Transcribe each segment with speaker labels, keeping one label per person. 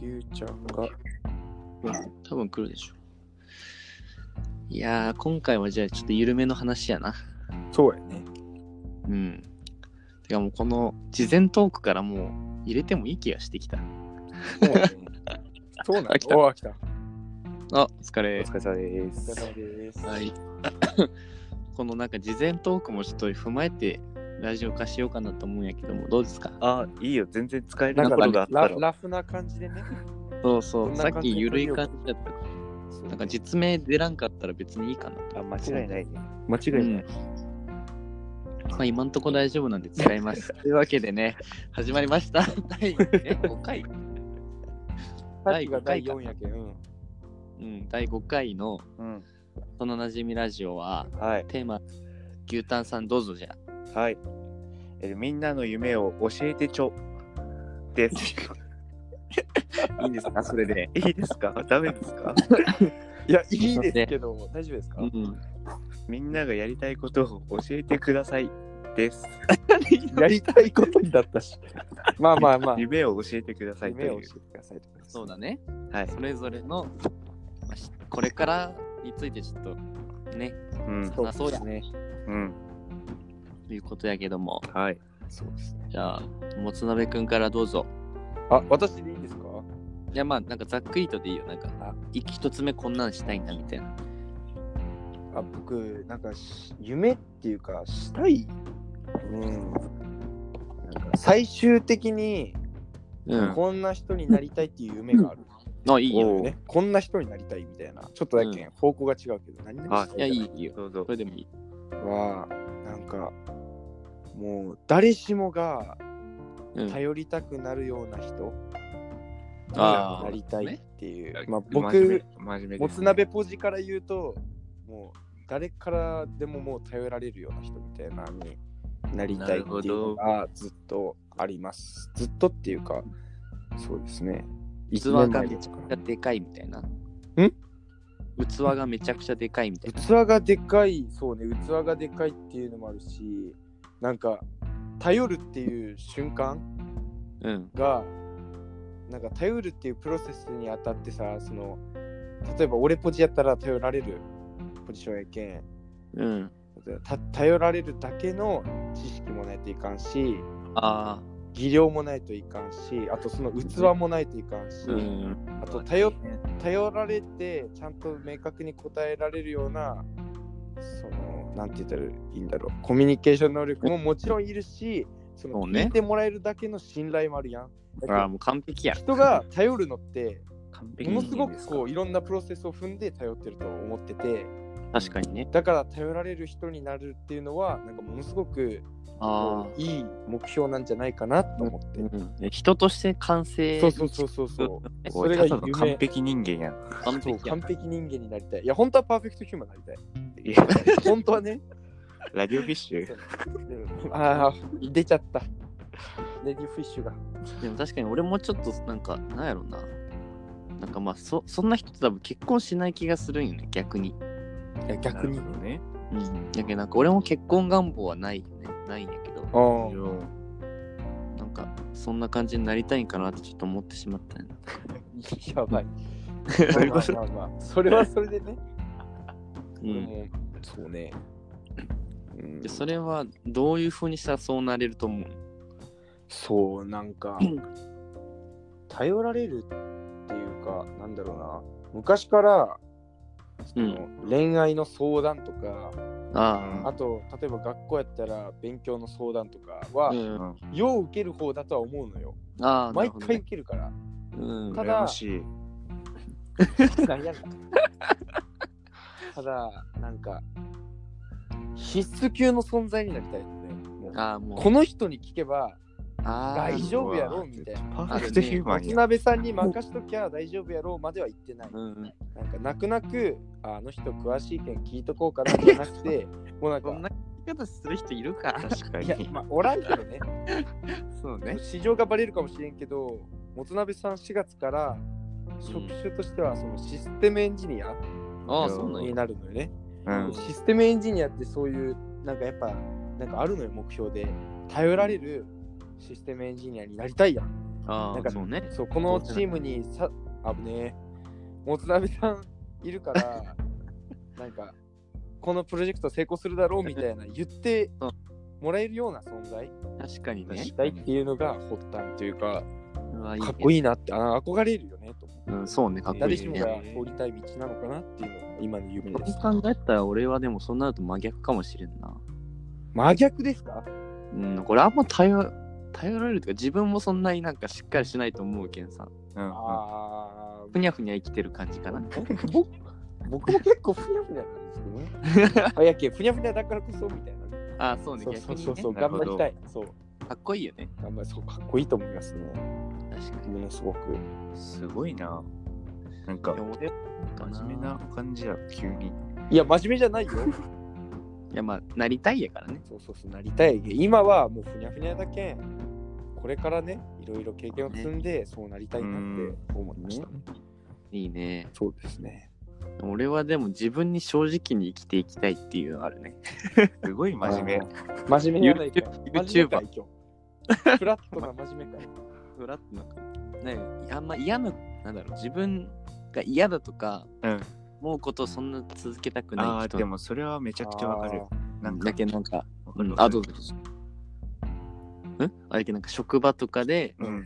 Speaker 1: ゆうちゃんが、
Speaker 2: うん、多分来るでしょ。いやー、今回はじゃあちょっと緩めの話やな。
Speaker 1: そうやね。
Speaker 2: うん。てかもうこの事前トークからもう入れてもいい気がしてきた。
Speaker 1: そうやねそうなん
Speaker 2: あ来た
Speaker 1: おー来た。
Speaker 2: あ、お疲れ。
Speaker 3: れ様で
Speaker 1: お疲れ様です。
Speaker 2: はい。 このなんか事前トークもちょっと踏まえてラジオ化しようかなと思うんやけども、どうですか
Speaker 3: あ、いいよ。全然使え
Speaker 1: な
Speaker 3: る
Speaker 1: ん
Speaker 3: と
Speaker 1: かラ
Speaker 3: ころがあった
Speaker 1: ラ
Speaker 3: ら。
Speaker 1: ラフな感じでね。
Speaker 2: そうそ
Speaker 1: どん
Speaker 2: う。
Speaker 1: な
Speaker 2: さ
Speaker 1: 感じ
Speaker 2: っき緩い感じだったからなんか実名出らんかったら別にいいかなと。
Speaker 3: あ、間違いないね。間違いない。
Speaker 2: うんまあ、今んとこ大丈夫なんで使います。というわけでね、始まりました。第5回、
Speaker 1: さっきが第
Speaker 2: 第五
Speaker 1: 4やけん。うん
Speaker 2: うん、第5回の
Speaker 3: うん。
Speaker 2: そのなじみラジオは、
Speaker 3: はい。
Speaker 2: テーマ、牛タンさんどうぞじゃ。
Speaker 3: はい。えーみんなの夢を教えてちょ。 です。
Speaker 2: いいんですか、それで。
Speaker 3: いいですかダメですか
Speaker 1: いや、いいですけど、大丈夫ですか
Speaker 2: うん。
Speaker 3: みんながやりたいことを教えてください。です。
Speaker 1: やりたいことにだったし。 まあま あまあ。
Speaker 3: 夢を教えてくださいとい
Speaker 1: 夢を
Speaker 3: う
Speaker 1: 教え。てくださいとか。
Speaker 2: そうだね。
Speaker 3: はい。
Speaker 2: それぞれの、まあしこれからについてちょっと、ね、
Speaker 3: うん。
Speaker 1: そう
Speaker 2: あそうだ
Speaker 1: ね。
Speaker 3: うん。
Speaker 2: ということやけども。
Speaker 3: はい。
Speaker 1: そうですね。
Speaker 2: じゃあ、もつなべくんからどうぞ。
Speaker 1: あ、私でいいですか
Speaker 2: いや、まあ、なんかざっくりとでいいよ。なんか、あ一一つ目こんなんしたいんだみたいな。
Speaker 1: あ僕なんかし夢っていうかしたい、うん、なんか最終的に
Speaker 2: うん。
Speaker 1: こんな人になりたいっていう夢がある、
Speaker 2: あ、いいよ。
Speaker 3: おう
Speaker 1: ね、こんな人になりたいみたいなちょっとだけ、
Speaker 2: う
Speaker 1: 方向が違うけど何々した
Speaker 2: いや、
Speaker 1: い
Speaker 2: い
Speaker 1: み
Speaker 2: いよ。
Speaker 3: どうぞ
Speaker 2: そ。れでもいい。
Speaker 1: たいなはなんかもう誰しもが
Speaker 2: うん。
Speaker 1: 頼りたくなるような人に
Speaker 2: あー
Speaker 1: なりたいっていう、
Speaker 3: ね
Speaker 1: まあ、
Speaker 3: 真面
Speaker 1: 僕
Speaker 3: 目真面目
Speaker 1: も
Speaker 3: です
Speaker 1: つ鍋ポジから言うともう誰からでももう頼られるような人みたいなになりたいっていうのがずっとありますずっとっていうかそうですね
Speaker 2: 器
Speaker 1: 1
Speaker 2: が
Speaker 1: 年前
Speaker 2: めちゃくちゃでかいみたいな。
Speaker 1: ん
Speaker 2: 器がめちゃくちゃでかいみたいな。
Speaker 1: 器がでかいそうね器がでかいっていうのもあるしなんか頼るっていう瞬間
Speaker 2: うん。
Speaker 1: がなんか頼るっていうプロセスにあたってさその例えば俺ポジやったら頼られるポジションやけん
Speaker 2: うん。
Speaker 1: た頼られるだけの知識もないといかんし
Speaker 2: あ
Speaker 1: 技量もないといかんしあとその器もないといかんし、
Speaker 2: あ。うん。
Speaker 1: あと頼頼られてちゃんと明確に答えられるようなそのなんて言ったらいいんだろうコミュニケーション能力ももちろんいるしその
Speaker 2: そうね
Speaker 1: 聞いてもらえるだけの信頼もあるやん。だけど
Speaker 2: ああ、もう完璧や。
Speaker 1: 人が頼るのって
Speaker 3: 完
Speaker 2: 璧
Speaker 1: もの
Speaker 2: 人間
Speaker 1: すごくこういろんなプロセスを踏んで頼ってると思ってて
Speaker 2: 確かにね。
Speaker 1: だから頼られる人になるっていうのはなんかものすごく
Speaker 2: ああ。
Speaker 1: いい目標なんじゃないかなと思って。
Speaker 2: うん、ね人として完成
Speaker 1: そうそうそうそうそう。
Speaker 3: お
Speaker 1: そ
Speaker 3: い
Speaker 1: れが
Speaker 3: ただの
Speaker 1: 夢
Speaker 3: 完璧人間やん。
Speaker 2: 完
Speaker 1: そう
Speaker 2: 璧や
Speaker 1: 完璧人間になりたい。いや、本当はパーフェクトヒューマンになり
Speaker 3: いや
Speaker 1: たい。本当はね。
Speaker 3: ラディオフィッシュ
Speaker 1: うんああ、出ちゃった。レディーフィッシュが。
Speaker 2: でも確かに俺もちょっとなんかなんやろななんかまあそそんな人と多分結婚しない気がするんよね逆に
Speaker 1: いや、逆に。
Speaker 3: なるほどね。
Speaker 2: うんだけどなんか俺も結婚願望はないよねないんやけど
Speaker 1: あー
Speaker 2: なんかそんな感じになりたいんかなってちょっと思ってしまったね
Speaker 1: やばい。
Speaker 3: そういうこと
Speaker 1: まあまあまあそれはそれでね。
Speaker 2: う
Speaker 1: で
Speaker 2: ん
Speaker 1: も、そうね。うん
Speaker 2: でそれはどういうふうにしたらそうなれると思う
Speaker 1: そうなんか
Speaker 2: うん
Speaker 1: 頼られるっていうかなんだろうな昔からその恋愛の相談とか、
Speaker 2: あ
Speaker 1: あと例えば学校やったら勉強の相談とかは、
Speaker 2: あ、う
Speaker 3: うん
Speaker 2: ん、
Speaker 1: よう受ける方だとは思うのよ
Speaker 2: ああな
Speaker 1: 毎
Speaker 2: るほど
Speaker 1: 回
Speaker 2: ね
Speaker 1: 受けるから
Speaker 2: うん
Speaker 1: た
Speaker 3: 羨
Speaker 1: だ
Speaker 3: ましい。
Speaker 1: なんやねんただなんか必須級の存在になりたいよねもう
Speaker 2: ああもう
Speaker 1: この人に聞けば
Speaker 2: あ
Speaker 1: 大
Speaker 2: あ
Speaker 1: 丈夫やろみたいな
Speaker 3: パーフェクトヒューマン
Speaker 1: 松
Speaker 3: や。
Speaker 1: 鍋さんに任しときゃ大丈夫やろうまでは言ってない
Speaker 2: う
Speaker 1: なん
Speaker 2: ん
Speaker 1: か泣く泣くああの人詳しい件聞いとこうかなじゃなく てもうなん
Speaker 2: こん
Speaker 1: か
Speaker 2: な言い方する人いるか
Speaker 3: 確か
Speaker 1: いや
Speaker 3: に。
Speaker 1: まあおらんけどね
Speaker 2: そうね
Speaker 1: 市場がバレるかもしれんけどもつ鍋さん4月から職種としてはそのシステムエンジニア
Speaker 2: ああそうなん
Speaker 1: に
Speaker 2: や
Speaker 1: なるのよね、
Speaker 3: うん。
Speaker 1: システムエンジニアってそういうなんかやっぱなんかあるのよ目標で頼られるシステムエンジニアになりたいやんな
Speaker 2: あ
Speaker 1: ん
Speaker 2: あ、
Speaker 1: か
Speaker 2: そうね。
Speaker 1: そう、このチームにさ、あぶねえ、もつなべさんいる から、なんか、このプロジェクト成功するだろうみたいな言って
Speaker 2: うん
Speaker 1: もらえるような存在
Speaker 2: 確かに
Speaker 1: が
Speaker 2: ね。
Speaker 1: したいっていうのが発端というか、
Speaker 2: うわ
Speaker 1: かっこ
Speaker 2: いい
Speaker 1: いいなって、あ憧れるよねと思う。
Speaker 2: ね。うん、そうね、かっこい
Speaker 1: 誰
Speaker 2: い
Speaker 1: し
Speaker 2: よ
Speaker 1: も
Speaker 2: ね。
Speaker 1: が通りたい道なのかなっていうのが今の夢です。
Speaker 2: そう考えたら俺はでもそうなると真逆かもしれんな。
Speaker 1: 真逆ですか
Speaker 2: うん、これあんま頼頼られるというか自分もそんなになんかしっかりしないと思うけんさ。
Speaker 3: うんうん
Speaker 1: あ
Speaker 2: ふにゃふにゃ生きてる感じかな。
Speaker 1: ー僕僕も結構ふにゃふにゃなんですけどね。 あやけ、ふにゃふにゃだからこそみたいな。
Speaker 2: ああ、そうね、
Speaker 1: そう
Speaker 2: 逆
Speaker 1: そう
Speaker 2: に、ね。
Speaker 1: そうそう、
Speaker 2: なる
Speaker 1: 頑
Speaker 2: ほ
Speaker 1: 張
Speaker 2: ど
Speaker 1: りたい。そう、
Speaker 2: かっこいいよね。
Speaker 1: 頑張りそう、かっこいいと思いますね。
Speaker 2: 確かに。
Speaker 1: ものすごく。
Speaker 3: すごいな。なんか
Speaker 2: で、も俺
Speaker 3: 真面目な。感じや、急に。
Speaker 1: いや、真面目じゃないよ。
Speaker 2: いや、まあ、なりたいやからね。
Speaker 1: そうそうそう、なりたい。今はもうふにゃふにゃだけん、これからね、いろいろ経験を積んで、そうなりたいなって思いましたね。
Speaker 2: いいね。
Speaker 1: そうですね。
Speaker 2: 俺はでも自分に正直に生きていきたいっていうのあるね。
Speaker 3: すごい真面目。
Speaker 1: 目。真面目じゃないけど。
Speaker 2: ユーチューバー
Speaker 1: 真面目かい今日フラットな真面目かい。
Speaker 2: フラッとなんか、ね、あんま嫌な、なんだろう、自分が嫌だとか、
Speaker 3: うん
Speaker 2: 思うことをそんな続けたく
Speaker 3: あ
Speaker 2: な
Speaker 3: あ、
Speaker 2: い人
Speaker 3: でもそれはめちゃくちゃわかる。なんか
Speaker 2: だ、けどなんか、
Speaker 3: わか
Speaker 2: う
Speaker 3: る
Speaker 2: ん
Speaker 3: わ、かる
Speaker 2: あ、どうぞ。んあれけどなんか職場とかで、
Speaker 3: うん。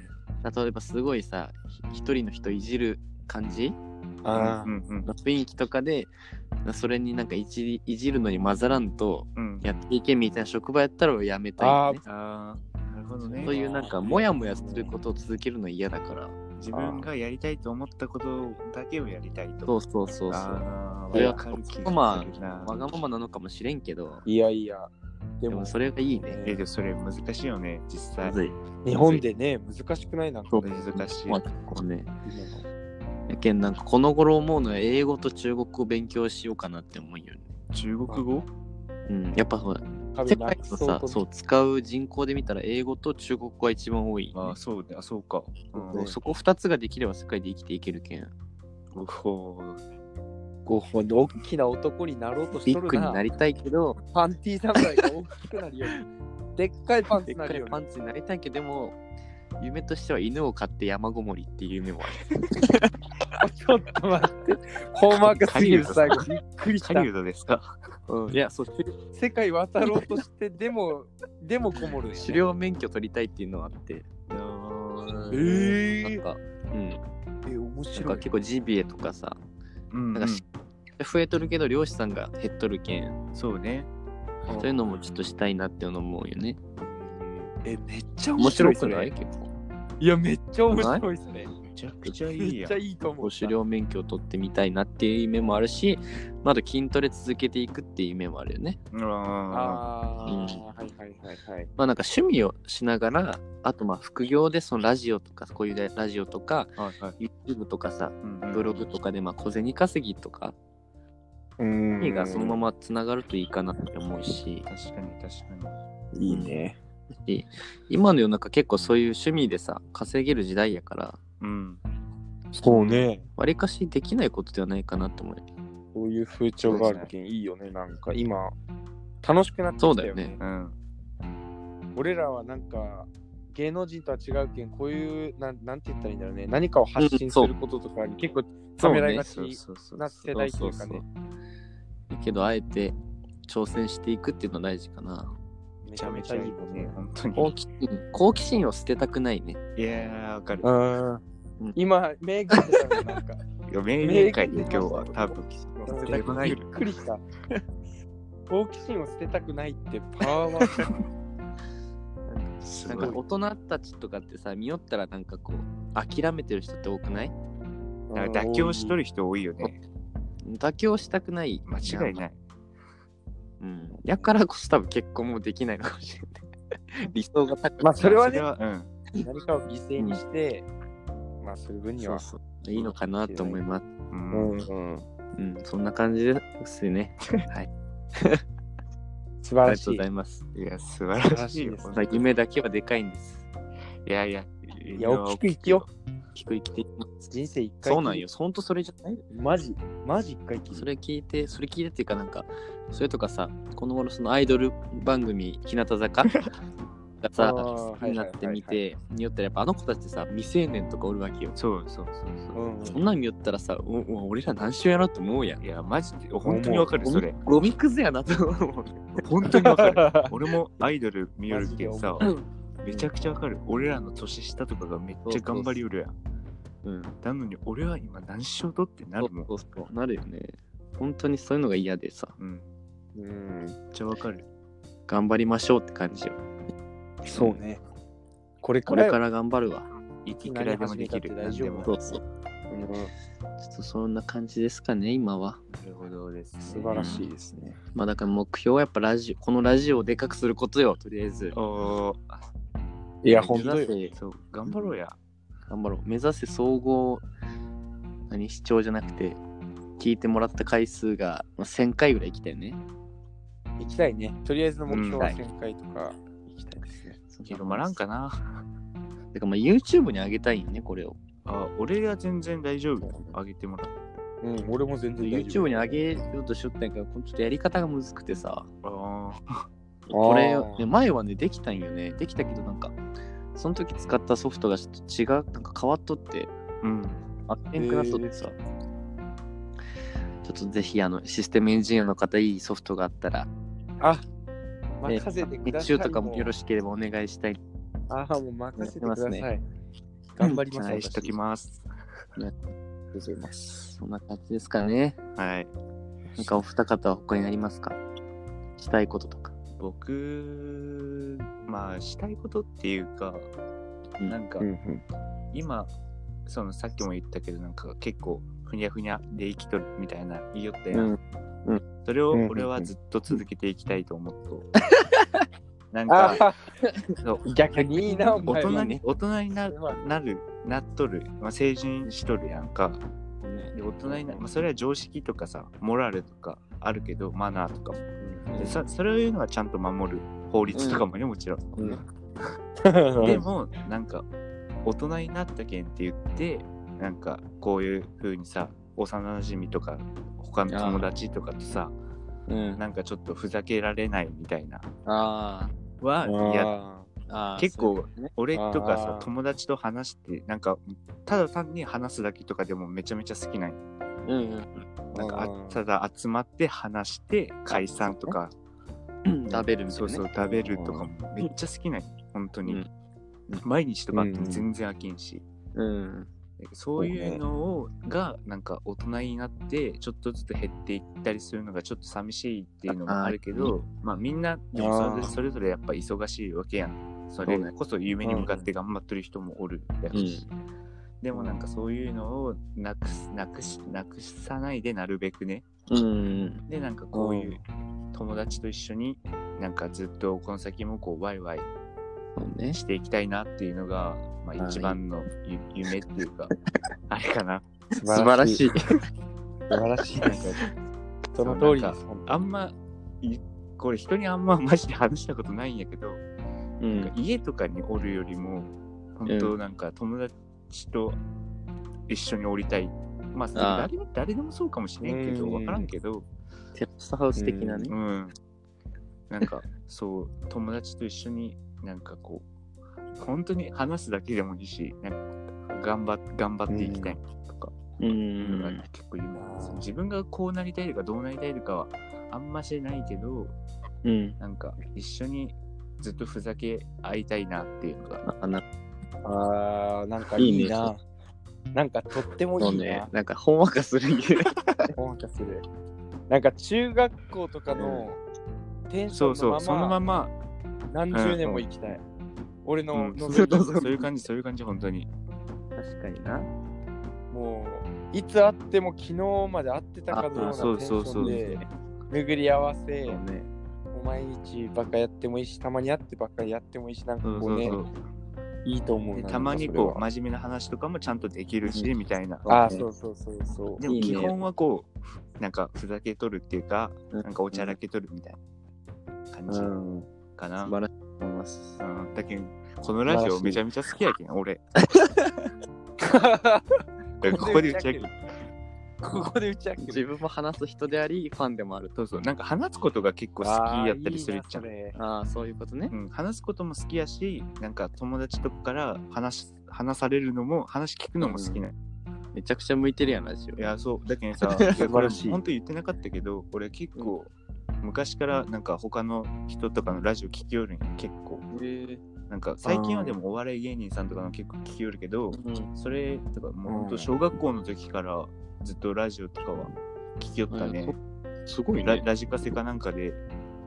Speaker 2: 例えばすごいさ、ひ一人の人いじる感じ
Speaker 1: ああ
Speaker 3: う、んうん
Speaker 2: の雰囲気とかで、それになんかいじいじるのに混ざらんと、
Speaker 3: うん。
Speaker 2: やっていけみたいな職場やったら俺辞めたいよね。
Speaker 3: ああ、なるほど
Speaker 1: ー
Speaker 2: そう
Speaker 3: ね。
Speaker 2: いうなんか、もやもやすることを続けるの嫌だから。
Speaker 3: 自分がやりたいと思ったことだけをやりたいと。
Speaker 2: そうそうそうそう。
Speaker 3: あ
Speaker 2: そ
Speaker 3: あ、
Speaker 2: れは
Speaker 3: わかる気
Speaker 2: ま
Speaker 3: がするな。
Speaker 2: わがままなのかもしれんけど、
Speaker 1: いやいや。で
Speaker 2: で
Speaker 1: も
Speaker 2: も、それがいいね。
Speaker 3: え、でもそれ難しいよね、実際。
Speaker 2: ずい。
Speaker 1: 日本でね、難しくないなんかね、
Speaker 3: 難しい。
Speaker 2: まあ、結構ね。
Speaker 1: 今の
Speaker 2: やけんなんかこの頃思うのは英語と中国語を勉強しようかなって思うよね。
Speaker 3: 中国語
Speaker 2: うん、やっぱほら、
Speaker 1: 壁
Speaker 2: 世
Speaker 1: な
Speaker 2: 界
Speaker 1: く
Speaker 2: の
Speaker 1: そう
Speaker 2: さ、
Speaker 1: と
Speaker 2: そう、使う人口で見たら英語と中国語が一番多い。
Speaker 3: ああ、そうね、あ、そうか。うん
Speaker 2: そうそこ二つができれば世界で生きていけるけん。
Speaker 3: おほ
Speaker 1: こうほんと大きな男になろうとし
Speaker 2: ビ
Speaker 1: と
Speaker 2: ッ
Speaker 1: る
Speaker 2: グに
Speaker 1: な
Speaker 2: な。りたいけど、
Speaker 1: パンティー侍が大きくなるよう に。でっかいパンツ
Speaker 2: でっ
Speaker 1: にな
Speaker 2: か
Speaker 1: る
Speaker 2: い
Speaker 1: よう
Speaker 2: パンツになりたいけど、でも、夢としては犬を飼って山ごもりっていう夢もある。
Speaker 1: に。ちょっと待って。細かすぎる最後。びっくりし
Speaker 3: カ
Speaker 1: た
Speaker 3: リ。ウドですか
Speaker 2: うん、いや、そう、
Speaker 1: 世界渡ろうとして、でも、でもこもるんやね、
Speaker 2: 狩猟免許取りたいっていうのはあって、
Speaker 3: え
Speaker 1: えー、
Speaker 2: なんか、うん、な
Speaker 1: え、面
Speaker 2: んか
Speaker 1: 白い。
Speaker 2: 結構ジビエとかさ、
Speaker 3: うん、
Speaker 2: なんかし増えとるけど漁師さんが減っとるけん、
Speaker 3: そうね。
Speaker 2: そういうのもちょっとしたいなって思うよね。
Speaker 1: え、めっちゃ面
Speaker 2: 面
Speaker 1: 白
Speaker 2: 白
Speaker 1: いそ
Speaker 2: くない
Speaker 1: れ。
Speaker 2: 結構。
Speaker 1: いや、めっちゃ面白いそれ。
Speaker 3: めちゃくちゃい
Speaker 1: め
Speaker 3: い
Speaker 1: っ
Speaker 3: や
Speaker 1: ちゃいいと思う。
Speaker 2: こう狩猟免許を取ってみたいなっていう夢もあるし、まああと筋トレ続けていくっていう夢もあるよね。
Speaker 3: ん。あ
Speaker 1: ああ、
Speaker 2: うん
Speaker 1: はいはいはいはい。
Speaker 2: まあなんか趣味をしながら、あとまあ副業でそのラジオとか、こういうラジオとか、
Speaker 3: あ、はいはい。
Speaker 2: YouTube とかさ、
Speaker 3: うん
Speaker 2: ブログとかでまあ小銭稼ぎとか、
Speaker 1: うん
Speaker 2: 意味がそのままつながるといいかなって思うし、
Speaker 3: 確かに確か
Speaker 1: いいね。
Speaker 2: し今の世の中結構そういう趣味でさ、稼げる時代やから、
Speaker 3: に。うん。
Speaker 1: そうね。
Speaker 2: わりかしできないことではないかなと思うよ。
Speaker 1: こういう風潮があるときにいいよね、なんか今、楽しくなってきたよね。
Speaker 2: そうだよね
Speaker 3: うん。
Speaker 1: 俺らはなんか、芸能人とは違うけん、こういう、なんなんて言ったらいいんだろうね、何かを発信することとかに結構ためらいがち
Speaker 3: そうそうそう。
Speaker 1: な世代というか
Speaker 2: そう
Speaker 1: ね、
Speaker 2: そうけど、あえて挑戦していくっていうのは大事かな。
Speaker 1: め
Speaker 3: め
Speaker 1: ち
Speaker 3: ち
Speaker 1: ゃ
Speaker 3: ゃ
Speaker 1: め
Speaker 3: め
Speaker 1: ち
Speaker 3: ち
Speaker 1: ゃ
Speaker 3: ゃ
Speaker 1: い
Speaker 3: い
Speaker 1: い
Speaker 3: い
Speaker 1: よ
Speaker 3: よね
Speaker 1: ね。。
Speaker 3: 本当に。
Speaker 2: 好奇心好奇心を捨てたくないね。
Speaker 3: いやー、わかる。
Speaker 1: うん
Speaker 2: うん
Speaker 1: 今、名言でたねなんか、
Speaker 3: いや名言会で今日は多分。
Speaker 1: うん
Speaker 3: 捨てたくない
Speaker 1: びっくり した。好奇心を捨てたくないってパワーワード
Speaker 3: す
Speaker 2: なん
Speaker 3: ご
Speaker 2: か
Speaker 3: い。
Speaker 2: 大人たちとかってさ、見よったらなんかこう、諦めてる人って多くない
Speaker 3: なんか妥協しとる人多いよね。
Speaker 2: 妥協したくない。。
Speaker 3: 間違いないい。
Speaker 2: うん。やからこそ多分結婚もできないのかもしれない。理想が高く
Speaker 1: まあそれはね
Speaker 3: うん。
Speaker 1: 何かを犠牲にして、まあ、する分に
Speaker 2: そ
Speaker 1: は
Speaker 2: う。そういいのかなと思います。
Speaker 3: うん
Speaker 1: うん
Speaker 2: うん、そんな感じですね。はい。
Speaker 1: 素晴らし
Speaker 2: ありがとう
Speaker 1: い
Speaker 2: ござ。います。
Speaker 3: いや、素晴らしいよ。
Speaker 1: 素晴
Speaker 2: まあ夢だけはでかいんです。
Speaker 3: いやいや。
Speaker 1: い
Speaker 3: い
Speaker 1: や、大きく生きよう。
Speaker 2: 聞く生きていきます。
Speaker 1: 人生一回。
Speaker 2: そうなんよ。。ほんとそれじゃない
Speaker 1: マジ、マジ一回きり
Speaker 2: それ聞いて、それ聞いてっていうかなんか、それとかさ、この頃そのアイドル番組、日向坂がさ、
Speaker 1: あー
Speaker 2: 好きになってみて、によったらやっぱあの子たちってさ、未成年とかおるわけよ。
Speaker 3: そうそうそう
Speaker 1: う
Speaker 3: そ
Speaker 1: んうん
Speaker 2: そんなん見よったらさ、おお俺ら何しようやろって思うやん
Speaker 3: う。い。や、マジで、本当にわかる、
Speaker 2: ゴ
Speaker 3: そ
Speaker 2: ミ
Speaker 3: れ。
Speaker 2: ゴミくずやなと思う。
Speaker 3: 本当にわか る。俺もアイドル見よるけんさ
Speaker 1: マ、
Speaker 3: めちゃくちゃわかる。俺らの年下とかがめっちゃ頑張りよるやん。
Speaker 2: うん。
Speaker 3: なのに、俺は今何しようとってな
Speaker 2: そう
Speaker 3: るもん。
Speaker 2: そうそうなるよね。本当にそういうのが嫌でさ、
Speaker 3: うん。
Speaker 1: うん、
Speaker 3: めっちゃわかる。
Speaker 2: 頑張りましょうって感じよ。
Speaker 1: そうね。これか
Speaker 2: こ
Speaker 1: ら
Speaker 2: れ
Speaker 1: よ
Speaker 2: から頑張るわ。
Speaker 3: いくらでもできる。
Speaker 1: 何
Speaker 3: 何
Speaker 1: 始め
Speaker 3: で
Speaker 1: たっ
Speaker 3: も
Speaker 1: て大丈夫。
Speaker 2: そうそう。ちょっとそんな感じですかね、今は。
Speaker 3: なるほどです、ね。
Speaker 1: 素晴らしいですね。
Speaker 2: まあだから目標はやっぱラジオ、このラジオをでかくすることよ、とりあえず。
Speaker 3: おー
Speaker 1: いや、ほんと
Speaker 2: 目
Speaker 1: よ。
Speaker 2: 指せ
Speaker 3: そう、頑張ろうや。
Speaker 2: 頑張ろう。目指せ総合、何、視聴じゃなくて、聞いてもらった回数が、まあ、1000回ぐらい来たよね。
Speaker 1: 行きたいね。とりあえずの目標は
Speaker 3: うん
Speaker 1: 1000回とか行きたいですね。
Speaker 3: 広まらんかな。
Speaker 2: だからまあ YouTube に上げたいんよね、これを。
Speaker 3: あ、俺は全然大丈夫。あげてもらう。
Speaker 1: うん、俺も全然大丈夫
Speaker 2: YouTube に上げようとしよったんやけど、これちょっとやり方がむずくてさ、
Speaker 3: あ
Speaker 2: これ、
Speaker 1: あー
Speaker 2: ね、前はね、できたんよね。できたけど、なんか、その時使ったソフトがちょっと違う、なんか変わっとって、
Speaker 3: あ、うん。
Speaker 2: あっけんくなっとってさ、ちょっとぜひ、あの、システムエンジニアの方、いいソフトがあったら、
Speaker 1: あ、任せてくだ
Speaker 2: 日
Speaker 1: さい。
Speaker 2: 中とかもよろしければお願いしたい。
Speaker 1: ああ、もう任せてください。
Speaker 2: やって
Speaker 1: 頑張り
Speaker 3: 期
Speaker 1: ます。
Speaker 3: 待しときます。
Speaker 1: ありがとうございます。
Speaker 2: そんな感じですかね。
Speaker 3: はい。
Speaker 2: なんかお二方は他にありますかしたいこととか。
Speaker 3: 僕、まあ、したいことっていうか、
Speaker 2: うん
Speaker 3: なんか、今、そのさっきも言ったけど、なんか結構、ふにゃふにゃで生きとるみたいな言いよったやん。
Speaker 1: うん
Speaker 3: それを
Speaker 1: うん
Speaker 3: 俺はずっと続けていきたいと思 っと。なん
Speaker 1: あ
Speaker 3: か、
Speaker 1: あ、
Speaker 3: そう
Speaker 1: 逆にいいな、お
Speaker 3: 大
Speaker 1: 前
Speaker 3: 人
Speaker 1: は。
Speaker 3: に大人にななる、なっとる、まあ、成人しとるやんか。で大人になまあ、それは常識とかさモラルとかあるけどマナーとかもでそそれを言うのはちゃんと守る法律とかもね、もちろん、でもなんか大人になったけんって言ってなんかこういう風にさ幼馴染とか他の友達とかとさ
Speaker 2: うん。
Speaker 3: なんかちょっとふざけられないみたいな
Speaker 2: あ
Speaker 3: はや
Speaker 1: や、
Speaker 2: ーあー。
Speaker 3: 結構俺とかさ
Speaker 1: あー
Speaker 3: 友達と話してなんかただ単に話すだけとかでもめちゃめちゃ好きなんよ
Speaker 2: そういうのね、
Speaker 3: なんか
Speaker 1: うん
Speaker 3: あただ集まって話して解散とか
Speaker 2: うんうん。食べるみたいな、
Speaker 3: そう
Speaker 2: ね。
Speaker 3: そう食べるとかもめっちゃ好きなんよ本当に、
Speaker 2: うん
Speaker 3: 毎日とかあっても全然飽きんし、
Speaker 2: うん。
Speaker 3: だけどそういうのをがなんか大人になってちょっとずつ減っていったりするのがちょっと寂しいっていうのもあるけどまあみんなでもそ
Speaker 1: あ
Speaker 3: れ
Speaker 1: ー
Speaker 3: それぞれやっぱ忙しいわけやんそれこそ夢に向かって頑張ってる人もおるやろし、でもなんかそういうのをなくすなくしなくさないでなるべくね
Speaker 2: うん。
Speaker 3: でなんかこういう友達と一緒になんかずっとこの先もこうワイワイ
Speaker 2: そうね。
Speaker 3: していきたいなっていうのが、
Speaker 2: は
Speaker 3: まあ、
Speaker 2: い
Speaker 3: 一番のゆ夢っていう かあれか な
Speaker 1: 素
Speaker 2: 素晴らし
Speaker 1: い。
Speaker 2: い。
Speaker 1: 素晴らしい
Speaker 3: なん
Speaker 1: で
Speaker 3: か
Speaker 1: す。その通りです。
Speaker 3: あんまいこれ人にあんまマジで話したことないんやけど、
Speaker 2: う
Speaker 3: なん
Speaker 2: ん
Speaker 3: か。家とかにおるよりも本当なんか友達と一緒におりたいまあそれ
Speaker 2: ああ
Speaker 3: 誰誰でもそうかもしれんけど
Speaker 1: うん
Speaker 3: 分からんけど、
Speaker 2: テラスハウス的なね
Speaker 3: う。ん。なんか、そう、友達と一緒に、なんかこう、本当に話すだけでもいいし、なんか、頑張っ頑張っていきたいとか、
Speaker 2: う
Speaker 3: いうのが
Speaker 2: ん。
Speaker 3: 結構夢なんですよ
Speaker 1: うん
Speaker 3: 自分がこうなりたいとか、どうなりたいとかは、あんましないけど、
Speaker 2: うん。
Speaker 3: なんか、一緒にずっとふざけ合いたいなっていうのが、
Speaker 2: あな
Speaker 1: ああ、なんかいい
Speaker 2: い
Speaker 1: な。なんかとっても
Speaker 2: そ
Speaker 1: いうい
Speaker 2: ね
Speaker 1: な。。
Speaker 2: なんか、ほんわかするんや。
Speaker 1: お任せで。なんか中学校とかのテンシ
Speaker 3: そ
Speaker 1: ョ
Speaker 3: うそう、
Speaker 1: ン
Speaker 3: その
Speaker 1: の
Speaker 3: ま
Speaker 1: まま
Speaker 3: ま、
Speaker 1: 何十年も行きたい。俺
Speaker 3: う
Speaker 1: の
Speaker 3: ん、
Speaker 1: 望
Speaker 3: そう
Speaker 1: み
Speaker 3: そう
Speaker 2: どうぞ
Speaker 3: そういう感じ、そういう感じ、本当に。
Speaker 2: 確かにな。
Speaker 1: もういつ会っても昨日まで会ってたかのよう
Speaker 3: あ
Speaker 1: なテ
Speaker 3: そう
Speaker 1: ンシ
Speaker 3: そうそ
Speaker 1: ョ
Speaker 3: う
Speaker 1: ンで巡り合わせ
Speaker 2: そうね。
Speaker 1: もう毎日ばっかやってもいいしたまに会ってばっかやってもいいしなんか
Speaker 3: そう
Speaker 1: こ
Speaker 3: そうう
Speaker 1: ね
Speaker 3: そう。
Speaker 1: いいと思う
Speaker 3: で
Speaker 1: な
Speaker 3: たまに
Speaker 1: なん
Speaker 3: こう、
Speaker 1: か
Speaker 3: 真面目な話とかもちゃんとできるし、みたいな。
Speaker 1: それはあそうそうそうそう
Speaker 3: でも
Speaker 2: いいね
Speaker 3: 基本はこう、なんかふざけとるっていうか、
Speaker 2: うん
Speaker 3: なんかおちゃらけとるみたいな感じ
Speaker 1: うん
Speaker 3: か
Speaker 2: 素
Speaker 3: な。
Speaker 2: 晴らしいと思います。
Speaker 3: うん、だけど、このラ
Speaker 1: 素晴ら
Speaker 3: ジオ
Speaker 1: しい
Speaker 3: めちゃめちゃ好きやけん、俺。ここで打ち明ける。
Speaker 1: ここで打ち明け
Speaker 2: 自
Speaker 1: る。
Speaker 2: 分も話す人であり、ファンでもある
Speaker 3: そ
Speaker 2: と。
Speaker 3: うそうなんか話すことが結構好きやったりするじゃん
Speaker 1: あーいいなそれ
Speaker 2: ああ、そういうことね。
Speaker 3: うん、話すことも好きやしなんか友達とかから話し話されるのも話聞くのも好きなの
Speaker 2: めちゃくちゃ向いてるやん、ラジオ。
Speaker 3: いやそうだけどさ
Speaker 1: 晴らしい
Speaker 3: いやこれ本当言ってなかったけど俺結構昔からなんか他の人とかのラジオ聞きよるんよ結構
Speaker 2: え
Speaker 3: なんか最近はでもお笑い芸人さんとかの結構聞きよるけど
Speaker 2: うん、
Speaker 3: それとかもうほんと小学校の時からずっとラジオとかは聞きよったね、
Speaker 2: すごい
Speaker 3: ラ
Speaker 2: ね。
Speaker 3: ラジカセかなんかで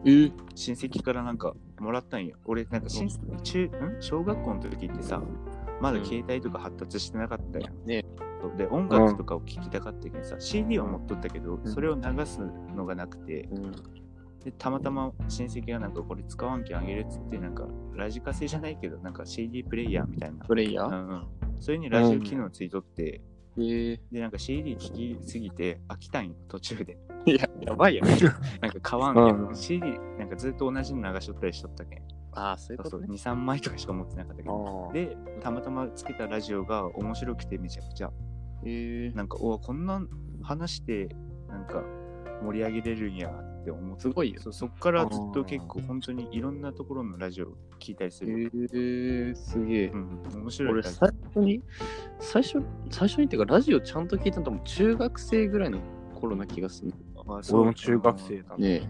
Speaker 2: え
Speaker 3: 親戚からなんかもらったんよ俺なんか親中ん小学校の時ってさまだ携帯とか発達してなかったやん
Speaker 2: ね
Speaker 3: そうで音楽とかを聴きたかったけどさ、CD は持っとったけど、それを流すのがなくてでたまたま親戚がなんかこれ使わんけんあげるっつってなんかラジカセじゃないけどなんか CD プレイヤーみたいな、
Speaker 2: プレイヤ
Speaker 3: う
Speaker 2: ー
Speaker 3: んうん、それにラジオ機能ついとって、
Speaker 2: ええ
Speaker 3: でなんか CD 聴きすぎて飽きたんよ途中で
Speaker 2: いや、やばいやん。
Speaker 3: なんか買わんけん、
Speaker 1: うん
Speaker 3: CD なんかずっと同じの流しとったりしとったけん
Speaker 2: ああ、そういう
Speaker 3: そ
Speaker 2: こ
Speaker 3: うそう
Speaker 2: とね。
Speaker 3: 23枚とかしか持ってなかったけ
Speaker 1: あ
Speaker 3: ど
Speaker 1: ー
Speaker 3: でたまたまつけたラジオが面白くてめちゃくちゃ
Speaker 2: ええ
Speaker 3: なんか、おこんなん話して、なんか、盛り上げれるんやって思って、
Speaker 2: すごいよ。
Speaker 3: そうそっからずっと結構、本当にいろんなところのラジオ聞いたりす
Speaker 2: え
Speaker 3: る。
Speaker 2: えすげえ
Speaker 3: う。ん、面白い
Speaker 2: 俺、
Speaker 3: ラジ
Speaker 2: 最初に、最初、最初にっていうか、ラジオちゃんと聞いたのとも中学生ぐらいの頃な気がする。
Speaker 3: オ。あ
Speaker 1: 俺も中学生。だね。
Speaker 2: ねえ。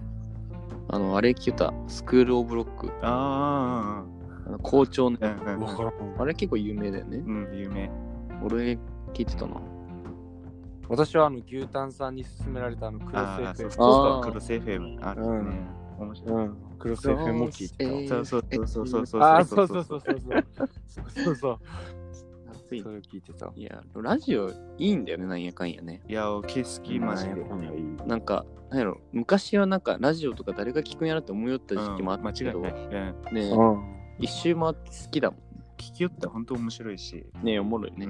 Speaker 2: あの、あれ聞いた、スクール・オブ・ロック、
Speaker 3: あ
Speaker 2: あの校長の
Speaker 3: あ、う。んうんうん
Speaker 1: わからん
Speaker 2: あれ結構有名だよね。
Speaker 3: うん。うん、有名。
Speaker 2: 俺、聞いてたな。
Speaker 1: 私はあの牛タンさんに勧められたあのク
Speaker 3: あ
Speaker 1: ロ
Speaker 3: あ、
Speaker 1: ス
Speaker 3: そ
Speaker 1: FM。
Speaker 3: うそう
Speaker 2: あー
Speaker 3: か、クロス FM。あるね。面白い。
Speaker 1: うん、クロス FM も聞いて
Speaker 2: え
Speaker 3: そうそうそうそうそうそう。
Speaker 1: た。あーそうそうそうそうそう。そうそう
Speaker 2: 熱
Speaker 1: そう。
Speaker 2: い
Speaker 1: それを聞いてた。
Speaker 2: いや、ラジオいいんだよね、なんやかんやね。
Speaker 3: いや、景色マジで。
Speaker 1: うんいい
Speaker 2: なんか、なんやろ、昔はなんか、ラジオとか誰が聞くんやろって思いよった時期もあった
Speaker 3: 間違
Speaker 2: け
Speaker 3: いな
Speaker 2: ど、
Speaker 3: い。うん
Speaker 2: ねえ
Speaker 1: う
Speaker 2: 一周回って好きだも
Speaker 3: 聞きよったら本当面白いし。
Speaker 2: ん。ねえおもろいね。
Speaker 3: う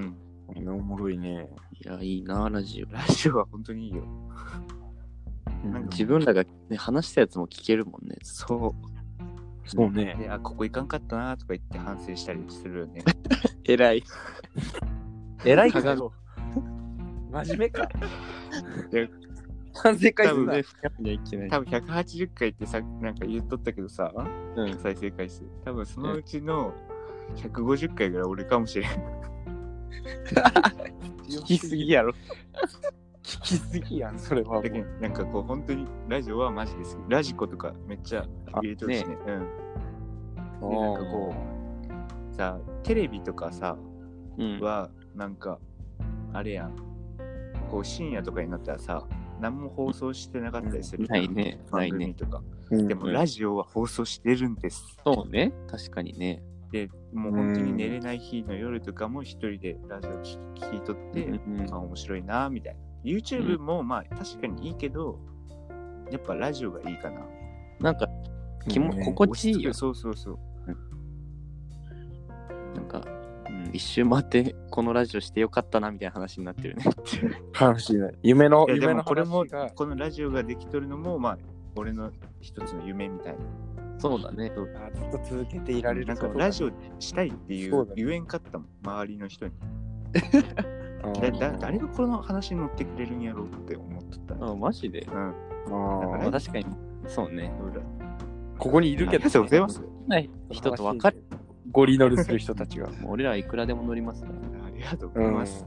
Speaker 3: ん
Speaker 1: ん。おもろいね。
Speaker 2: いや、いいな、ラジオ。
Speaker 3: ラジオは本当にいいよ。なんか
Speaker 2: 自分らが、ね、話したやつも聞けるもんね。
Speaker 3: そう。
Speaker 1: そうね。
Speaker 3: で、あ、ここ行かんかったなとか言って反省したりする よね。
Speaker 2: えらい。
Speaker 1: 偉いけ
Speaker 2: かが
Speaker 1: ど。真面目か。反省会
Speaker 3: 多分ね
Speaker 1: す
Speaker 2: 深めにはいけない。
Speaker 3: 多分180回ってさ、なんか言っとったけどさ、
Speaker 2: うん
Speaker 3: 再生回数。多分そのうちの150回ぐらい俺かもしれん。
Speaker 2: 聞きすぎやろ。
Speaker 1: 聞きすぎやん、それはも
Speaker 3: だ
Speaker 1: う。
Speaker 3: けど、なんかこう、本当にラジオはマジですラジコとかめっちゃ入れてるしね。うん。で、なんかこう、さ、テレビとかさ、
Speaker 2: うん。
Speaker 3: は、なんか、あれやん。こう、深夜とかになったらさ、何も放送してなかったりする。
Speaker 2: ないね
Speaker 3: 番組とか。
Speaker 1: うん
Speaker 3: でも、
Speaker 2: うん
Speaker 3: ラジオは放送してるんです。
Speaker 2: そうね。確かにね。
Speaker 3: で、もう本当に寝れない日の夜とかも一人でラジオ聞き聞いとって、
Speaker 2: うん
Speaker 3: あ、面白いな、みたいな。YouTube もまあ確かにいいけど、やっぱラジオがいいかな。
Speaker 2: なんか、気も
Speaker 1: うん
Speaker 2: 心地いいよ。
Speaker 3: そうそうそう。
Speaker 2: なんか、うん、一周回って、このラジオしてよかったな、みたいな話になってるね。
Speaker 1: 話になる夢の、
Speaker 3: いやで
Speaker 1: 夢
Speaker 3: も
Speaker 1: の
Speaker 3: これも、
Speaker 1: 話が。
Speaker 3: このラジオができとるのも、まあ、俺の一つの夢みたいな。
Speaker 2: そうだね。
Speaker 1: あずっと続けていられる
Speaker 3: なんか
Speaker 1: こと
Speaker 3: ラジオしたいってい
Speaker 1: そう
Speaker 3: う
Speaker 1: だね
Speaker 3: 言えんかったもん、周りの人に。
Speaker 1: オ
Speaker 3: だだ誰がこの話に乗ってくれるんやろうって思っとったね。
Speaker 2: あマジで。
Speaker 3: うん。
Speaker 1: あ
Speaker 2: まあ、
Speaker 1: ー
Speaker 2: 確かに、そうね。
Speaker 1: ここにいる
Speaker 3: あ
Speaker 1: け
Speaker 3: り
Speaker 1: ど、
Speaker 3: がとうございます。
Speaker 2: ない人と分かる。
Speaker 1: ゴリ乗りする人たちが。
Speaker 2: 俺らはいくらでも乗りますから。
Speaker 3: ありがとうございます。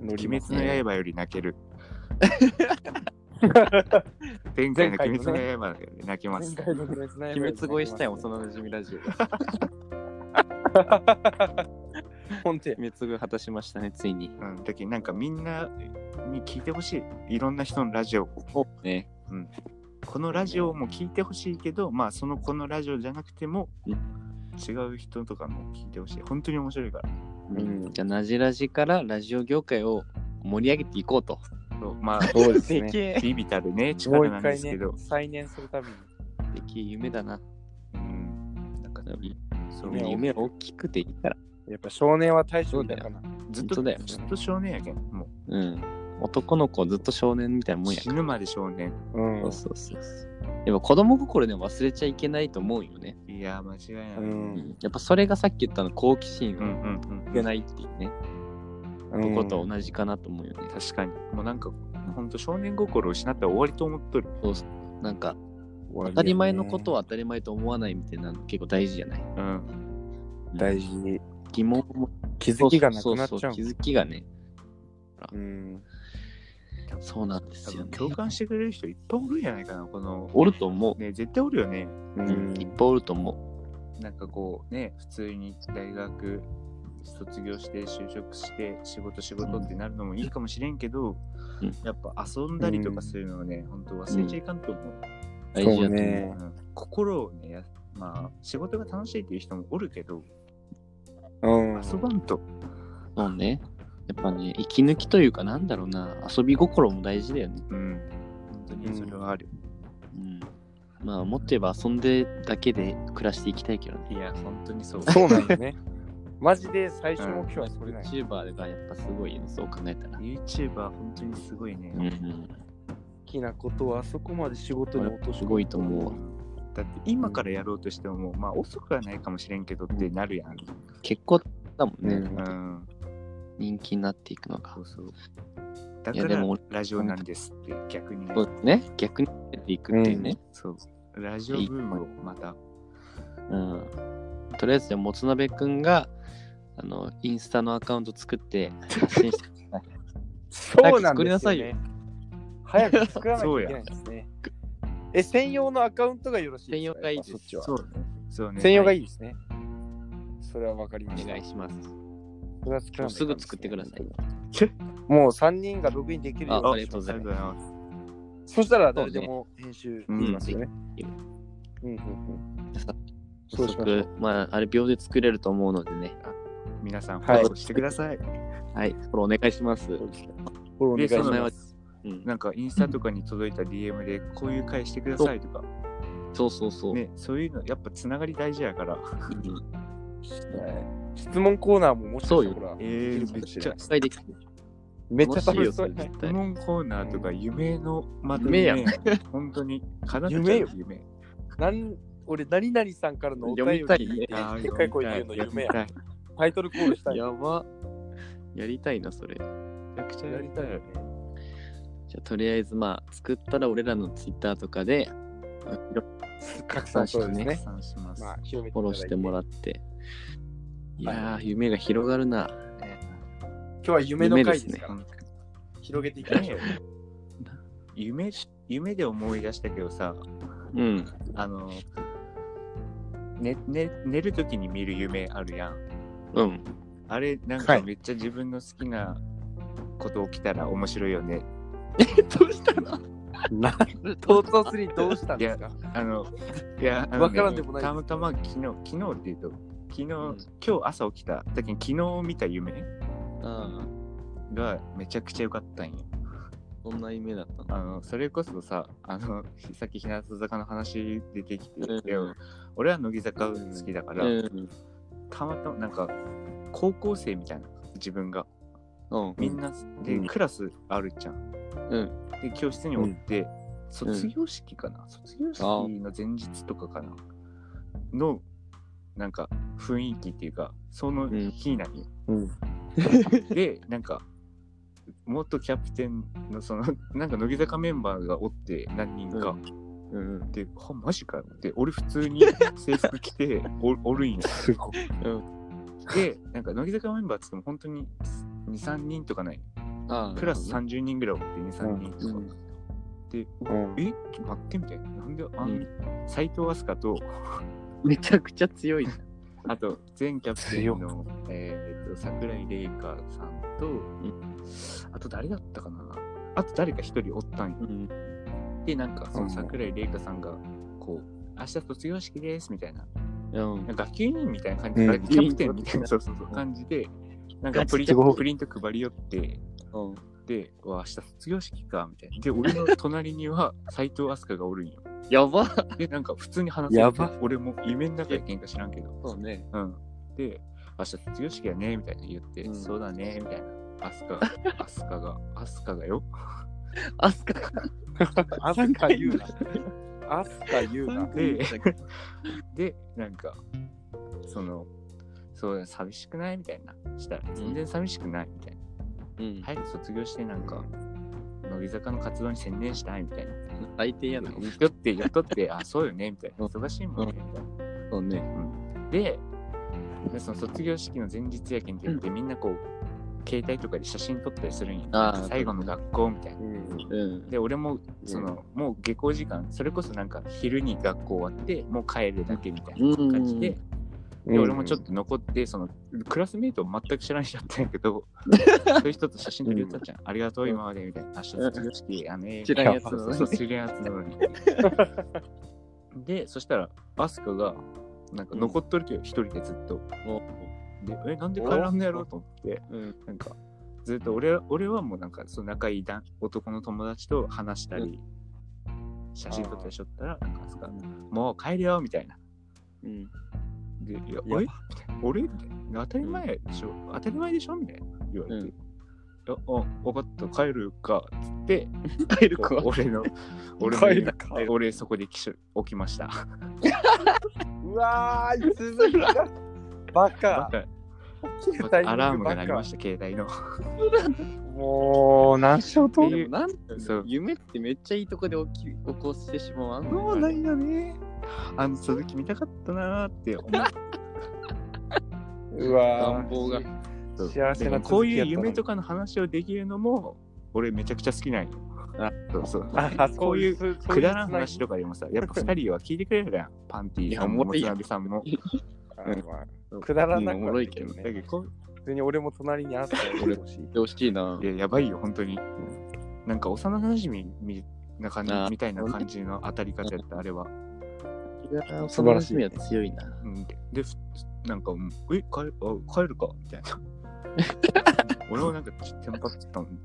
Speaker 1: うん。乗り
Speaker 3: 鬼
Speaker 1: ま
Speaker 3: 滅
Speaker 1: す
Speaker 3: の
Speaker 1: ね
Speaker 3: 刃より泣ける。前回の鬼滅の刃より泣けます。
Speaker 1: 前回の鬼滅の刃
Speaker 2: 鬼滅越えしたい幼馴染ラジオが。
Speaker 1: 本当や
Speaker 2: 鬼滅越え果たしましたね、ついに。
Speaker 3: うん、だけどなんかみんなに聞いてほしい。いろんな人のラジオを。
Speaker 2: ね。
Speaker 3: このラジオも聞いてほしいけど、まあそのこのラジオじゃなくても、違う人とかも聞いてほしい。本当に面白いから。
Speaker 1: うん
Speaker 2: じゃあ、なじラジからラジオ業界を盛り上げていこうと。
Speaker 3: そうまあ、
Speaker 1: そうですね。
Speaker 2: え。
Speaker 3: ビビたるね、
Speaker 1: もう
Speaker 3: 力
Speaker 1: 一
Speaker 3: なんで
Speaker 1: 回
Speaker 3: すけ
Speaker 1: ね
Speaker 3: ど。、
Speaker 1: 再燃するために。
Speaker 2: できえ夢だな。
Speaker 3: うん、なんかそう
Speaker 1: 夢を
Speaker 2: 夢は大きくていいから。
Speaker 1: やっぱ少年は大将だから。
Speaker 3: ずっと
Speaker 2: 本当だよね
Speaker 3: ずっと少年やけん。も
Speaker 2: うん。男の子ずっと少年みたいなも
Speaker 3: うん
Speaker 2: やか
Speaker 3: 死ぬまで少年。
Speaker 1: うん
Speaker 2: ら。そうそうそうそう。でも子供心でも忘れちゃいけないと思うよね。
Speaker 3: いやー、間違いない。
Speaker 1: う
Speaker 3: うん
Speaker 1: ん。
Speaker 2: やっぱそれがさっき言ったの好奇心
Speaker 3: う
Speaker 2: を
Speaker 3: んうん
Speaker 2: 捨てないっていうね、
Speaker 1: うん
Speaker 2: とこと同じかなと思うよね。
Speaker 3: 確かに。もうなんか、ほんと少年心を失ったら終わりと思っとる。
Speaker 2: なんか、当たり前のことは当たり前と思わないみたいなの結構大事じゃない
Speaker 3: うん。
Speaker 1: 大事に
Speaker 2: 疑問も
Speaker 1: 気づきがなくなっち
Speaker 2: そ
Speaker 1: ゃう
Speaker 2: うそう気づきがね、
Speaker 1: うん
Speaker 2: そうなんですよ
Speaker 3: 多分
Speaker 2: ね。
Speaker 3: 共感してくれる人いっぱいおるんじゃないかな、この。
Speaker 2: おると思
Speaker 3: ね、絶対おるよね。
Speaker 1: う
Speaker 2: う。うん、いっ
Speaker 1: ん
Speaker 2: ぱいおると思
Speaker 3: なんかこうね、普通に大学卒業して就職して仕事仕事ってなるのもいいかもしれんけど、
Speaker 2: うん
Speaker 3: やっぱ遊んだりとかするのはね、本当忘れちゃいかんと思う。
Speaker 2: う。大事だと思
Speaker 1: そ
Speaker 2: う。
Speaker 1: うね
Speaker 3: うん心をね、やまあ仕事が楽しいっていう人もおるけど、
Speaker 1: うん
Speaker 3: 遊ばんと。
Speaker 2: そうね。やっぱね、息抜きというか、なんだろうな、遊び心も大事だよね。
Speaker 3: うん。本当にそれはある。
Speaker 2: うん。まあ、もっと言えば遊んでだけで暮らしていきたいけどね。
Speaker 3: いや、本当にそう。
Speaker 1: そうなんよね。マジで最初の目標はそれない。
Speaker 2: YouTuber がやっぱすごいよね、そう考えたら。
Speaker 3: YouTuber、本当にすごいね。
Speaker 2: うん。
Speaker 1: 好きなことをあそこまで仕事に落とし込む
Speaker 2: すごいと思うわ。
Speaker 3: だって今からやろうとしても、まあ遅くはないかもしれんけどってなるやん。
Speaker 2: 結構だもんね、
Speaker 1: うん
Speaker 3: うん。
Speaker 2: 人気になっていくのが
Speaker 3: そ。うそう。だ
Speaker 2: い
Speaker 3: か
Speaker 2: やで
Speaker 3: ら
Speaker 2: も
Speaker 3: ラジオなんですって逆にね。
Speaker 2: そうですね。逆にやっていくっていうね。
Speaker 3: そう。ラジオブームをまた。
Speaker 2: うん。とりあえず、じゃあもつなべくんが、あの、インスタのアカウント作って、発信して
Speaker 1: そうなんですよ、ね。
Speaker 2: 早く作りなさいよ
Speaker 1: 早く作らなきゃいけないんです ね。え、専用のアカウントがよろしいですか
Speaker 2: 専用がいいです
Speaker 1: やっぱそっちは
Speaker 3: そうね。そうね。
Speaker 1: 専用が
Speaker 3: い。
Speaker 1: いいですね。それはわかりま
Speaker 2: お
Speaker 1: した
Speaker 2: 願。いします。
Speaker 1: それは作らない
Speaker 2: すぐ作ってください。
Speaker 1: もう3人がログインできるよ
Speaker 2: あ
Speaker 1: う
Speaker 2: あ
Speaker 1: に
Speaker 2: りがとうございます
Speaker 3: す。
Speaker 1: そしたら誰でも編集できますよね。
Speaker 2: う
Speaker 1: うんうんうんそ
Speaker 2: 早
Speaker 1: うしましょう
Speaker 2: 速、まあ、あれ、秒で作れると思うのでね。
Speaker 3: 皆さん、フ
Speaker 1: はい
Speaker 3: ォローしてください。
Speaker 2: はい、フォローお願いします。
Speaker 1: そうですねフォローお願いし
Speaker 3: でその
Speaker 1: ま
Speaker 2: 前は
Speaker 1: す。
Speaker 2: うん、
Speaker 3: なんか、インスタとかに届いた DM で、こういう回してくださいとか、
Speaker 2: そうそうそう。
Speaker 3: ね、そういうの、やっぱつながり大事やから。
Speaker 2: うん
Speaker 1: はい質問コーナーももしかしたら、
Speaker 3: え
Speaker 1: できる
Speaker 3: ー、め
Speaker 1: か
Speaker 3: っ
Speaker 1: もし
Speaker 3: ち
Speaker 1: れ
Speaker 3: ゃ
Speaker 1: ない、
Speaker 2: 絶対できる。
Speaker 1: めっちゃ楽しそう
Speaker 2: 楽しいよそれ絶
Speaker 3: 質
Speaker 2: 対
Speaker 3: 問コーナーとか、夢の、また
Speaker 2: 夢やん
Speaker 3: 本当に、かな
Speaker 1: 夢よ
Speaker 3: 夢。
Speaker 1: なん俺、何々さんからのお便
Speaker 2: 読み
Speaker 1: り
Speaker 2: たいね。
Speaker 3: あー
Speaker 1: でっかい声で言うの
Speaker 3: 読み
Speaker 1: 夢
Speaker 3: たい
Speaker 1: やタイトルコールしたい。
Speaker 2: やば。やりたいな、それ。
Speaker 3: めちゃくちゃや
Speaker 1: や
Speaker 3: り
Speaker 1: り
Speaker 3: た
Speaker 1: た
Speaker 3: い
Speaker 1: いよね。
Speaker 2: じゃあとりあえずまあ作ったら俺らのツイッターとかで
Speaker 1: 拡散そうです
Speaker 3: 拡
Speaker 1: ね。
Speaker 3: 散します。
Speaker 1: まあ、広め
Speaker 2: フォローしてもら
Speaker 1: う。
Speaker 2: っていやー夢が広がるな
Speaker 1: 今日は夢の回ですから、
Speaker 3: うん
Speaker 1: 広げていきましょう。
Speaker 3: 夢夢で思い出したけどさ、
Speaker 2: うん
Speaker 3: あの、ねね、寝るときに見る夢あるやん。
Speaker 2: うん
Speaker 3: あれ、なんか
Speaker 1: はい
Speaker 3: めっちゃ自分の好きなこと起きたら面白いよね。
Speaker 2: どうしたの
Speaker 1: な、唐突にどうしたんですか
Speaker 3: あの、いや、あの
Speaker 1: わからんでもない
Speaker 3: たまたま昨日、昨日って言うと、昨日、
Speaker 2: うん
Speaker 3: 今日朝起きた時に昨日見た夢
Speaker 2: あ
Speaker 3: がめちゃくちゃ良かったんよ。
Speaker 2: そんな夢だったの
Speaker 3: あの、それこそさ、あの、さっき日向坂の話出てきてたけど、
Speaker 2: うん
Speaker 3: 俺は乃木坂好きだから、
Speaker 2: うん
Speaker 3: たまたまなんか高校生みたいな自分が
Speaker 2: うん
Speaker 3: みんなで、
Speaker 1: うん
Speaker 3: クラスあるじゃん、
Speaker 2: うん
Speaker 3: で教室におって、卒業式かな、卒業式
Speaker 2: ああ
Speaker 3: の前日とかかなのなんか雰囲気っていうかその日なに、
Speaker 1: うん。
Speaker 3: でなんか元キャプテンの そのなんか乃木坂メンバーがおって何人か、
Speaker 2: うん
Speaker 3: で「はマジかよ」って俺普 通に制服着ておおるんよ
Speaker 1: すごい。
Speaker 3: でなんか乃木坂メンバーっつっても本当に23人とかない
Speaker 2: ああ
Speaker 3: クラス30人ぐらいおって2、3人
Speaker 2: う
Speaker 3: とか。
Speaker 2: ん
Speaker 3: で、
Speaker 1: うん
Speaker 3: えちょっと待ってみたいな。なんであ
Speaker 2: うんん、
Speaker 3: 斎、藤飛鳥と、
Speaker 2: めちゃくちゃ強い
Speaker 3: あと、前キャプテンの、えー、と桜井玲香さんと、あと誰だったかなあと誰か一人おったんよ。
Speaker 2: うん
Speaker 3: で、なんか、そうの
Speaker 1: ん
Speaker 3: 桜井玲香さんが、こう、明日卒業式ですみたいな。
Speaker 2: うん
Speaker 3: なんか学級委員みたいな感じ、
Speaker 1: うん
Speaker 3: キャプテンみたいな、そうそうそう、感じで、なんかプリン
Speaker 1: すご
Speaker 3: ト
Speaker 1: い
Speaker 3: プリント配り寄って、
Speaker 2: うん
Speaker 3: で、うわ明日卒業式か、みたいな。で、俺の隣には斎藤飛鳥がおるんよ。
Speaker 2: やば
Speaker 3: で、なんか普通に話せる
Speaker 1: やば
Speaker 3: 俺も夢の中で喧嘩知らんけど。
Speaker 2: そうね
Speaker 3: うん。で、明日卒業式やね、みたいな言って、
Speaker 2: うん
Speaker 3: そうだね、みたいな。アスカ、 アスカが、アスカがよ。
Speaker 2: アスカが
Speaker 1: アスカ言うな。アスカ言うな。
Speaker 3: で、で、なんか、その、そうだ、寂しくないみたいな。したら、全然寂しくないみたいな。
Speaker 2: うん
Speaker 3: 早く卒業して、なんか、乃木坂の活動に専念したいみたいな。
Speaker 2: 最低やな。
Speaker 3: よとって、よとって、あ、そうよね、みたいな。忙しいもんね、みたい
Speaker 2: そうね。
Speaker 3: な。うん、で、でその卒業式の前日やけんって言って、みんなこう、携帯とかで写真撮ったりするんや。
Speaker 2: あー
Speaker 3: 最後の学校みたいな。
Speaker 1: うん。
Speaker 2: うん。
Speaker 3: で、俺も、その、もう下校時間、それこそなんか昼に学校終わって、もう帰るだけみたいな感じで、
Speaker 2: うん
Speaker 3: で俺もちょっと残ってそのクラスメイトを全く知らない人だったんやけど そういう人と写真撮り歌ったじゃん、ありがとう今までみたいな明日卒業式あね
Speaker 2: 知らんやつなの
Speaker 3: そう
Speaker 2: に
Speaker 3: そう知らんやつな のにでそしたらアスカがなんか残っとるけど一、人でずっとでえなんで帰らんのやろうと思って
Speaker 2: うん。
Speaker 3: なんかずっと俺は俺はもうなんかその仲いい男男の友達と話したり、写真撮ったりしとったらなんかアスカもう帰るよみたいな
Speaker 2: うん。
Speaker 3: で、いや、
Speaker 1: いや
Speaker 3: えみたいな俺みたいな。当たり前でしょ、当たり前でしょみたいな。言われて。
Speaker 2: うん
Speaker 3: いやあ、分かった、帰るか。つって、
Speaker 2: 帰る子は。
Speaker 3: 俺の、 俺の
Speaker 1: 帰るか
Speaker 3: はい俺そこで起き起きました。
Speaker 1: うわー、いつづら。バ カ。
Speaker 3: アラームが鳴りました、携 帯の。
Speaker 1: た。もう、何しようと
Speaker 2: っ
Speaker 1: 思
Speaker 2: て
Speaker 1: う。
Speaker 2: いうなん
Speaker 3: そう
Speaker 2: 夢ってめっちゃいいとこで起き起こしてしまわん
Speaker 3: そうなんよね。あの続き見たかったなーって思っ
Speaker 1: うわー
Speaker 2: 願望が。
Speaker 3: そ う
Speaker 1: 幸せな続きやった
Speaker 3: て、
Speaker 1: のに
Speaker 3: こういう夢とかの話をできるのも、俺めちゃくちゃ好きなんよ。
Speaker 2: あ
Speaker 3: そうそう。
Speaker 1: あ
Speaker 3: こういう
Speaker 1: そう
Speaker 3: くだらん話とかでもさ、やっぱ二人は聞いてくれるじゃん。パンティーさん
Speaker 2: いや
Speaker 3: も、
Speaker 2: おも
Speaker 3: も
Speaker 2: ろい
Speaker 3: つ
Speaker 2: やん
Speaker 3: なぎさんも。
Speaker 1: あまあくだらなく
Speaker 2: うんおもろいけど
Speaker 1: ね
Speaker 2: ね。
Speaker 3: だけどこう。
Speaker 1: 普通に俺も隣にあったらほしい。
Speaker 2: よしいない
Speaker 3: や、やばいよ、本当に。なんか幼馴染みみな感じ
Speaker 2: あー
Speaker 3: みたいな感じの当たり方やった、あれは。
Speaker 2: 素晴らしい。は強いな。
Speaker 3: うんで、でふなんか、うんえ、帰るあ帰るかみたいな。 俺はなんか、ちょっとテンパってたの。うん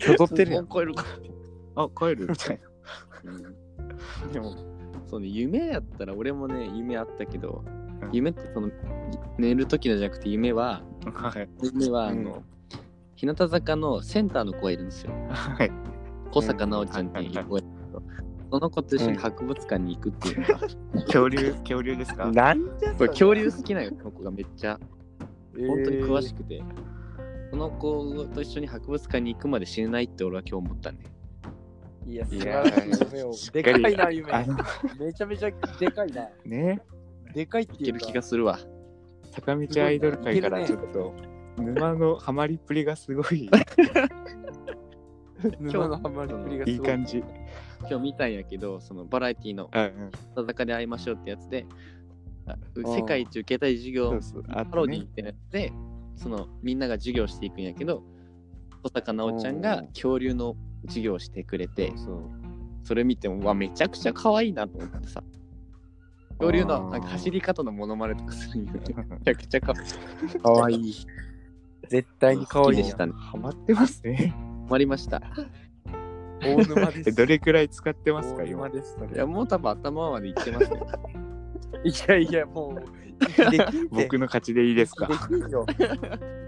Speaker 1: 誘ってるや
Speaker 2: も
Speaker 1: ん
Speaker 2: う。超えるか。
Speaker 3: あ、帰るみたいな。
Speaker 2: でも、そうね、夢やったら俺もね、夢あったけど
Speaker 3: うん、
Speaker 2: 夢ってその、寝る時のじゃなくて夢は、
Speaker 3: はい。
Speaker 2: 夢はあの、
Speaker 1: う
Speaker 2: 日向坂のセンターの子がいるんですよ。
Speaker 3: はい。
Speaker 2: 小坂直ちゃんっていう子がいるんですけどその子と一緒に博物館に行くっていうの が、
Speaker 3: 恐竜、恐竜ですか
Speaker 1: なんじゃそ
Speaker 2: そう
Speaker 1: れ
Speaker 2: 恐竜好きな子がめっちゃ本当に詳し
Speaker 1: く。
Speaker 2: くて、その子と一緒に博物館に行くまで死ねないって俺は今日思ったね。
Speaker 1: いや、素
Speaker 3: い
Speaker 1: 晴
Speaker 3: や
Speaker 1: らしい夢を。でかいな、夢
Speaker 3: あ。の、
Speaker 1: めちゃめちゃでかいな。
Speaker 3: ね、
Speaker 1: でかいって
Speaker 2: い
Speaker 1: い
Speaker 2: け
Speaker 1: う
Speaker 2: る
Speaker 1: か
Speaker 2: 気がするわ。
Speaker 3: 坂道アイドル界からちょっと、沼のハマりっぷりがすごい、
Speaker 1: 沼のハマりっぷりがす
Speaker 3: い
Speaker 1: ごい。
Speaker 3: い感じ。
Speaker 2: 今日見たんやけど、そのバラエティの
Speaker 3: うんうん。
Speaker 2: 戦坂で会いましょうってやつで、あ
Speaker 1: ー
Speaker 2: 世界一受けたい授業
Speaker 3: そうそう。あ
Speaker 2: パロ
Speaker 3: と
Speaker 2: ディ
Speaker 3: ね
Speaker 2: っ、てやつで、そのみんなが授業していくんやけど、小坂直ちゃんが恐竜の授業をしてくれて、それ見ても、うわ、めちゃくちゃ可愛いなと思ってさ。恐竜のなんか走り方のモノマネとかす るんよね。めちゃくちゃ可愛い。
Speaker 1: かわいい。絶対にかわいい
Speaker 2: 好きで
Speaker 1: じゃ
Speaker 2: し
Speaker 1: ん。
Speaker 2: たね。
Speaker 3: ハマってますね。
Speaker 2: 終わりました。
Speaker 1: 大沼で
Speaker 3: え
Speaker 1: す。
Speaker 3: どれくらい使ってますか
Speaker 1: 大沼。
Speaker 3: 今
Speaker 1: です。それ
Speaker 2: いや、もう多分頭までいってますね。
Speaker 1: いやいや、もう、息できんて
Speaker 3: 僕の勝ちでいいですか
Speaker 1: 息できんよ。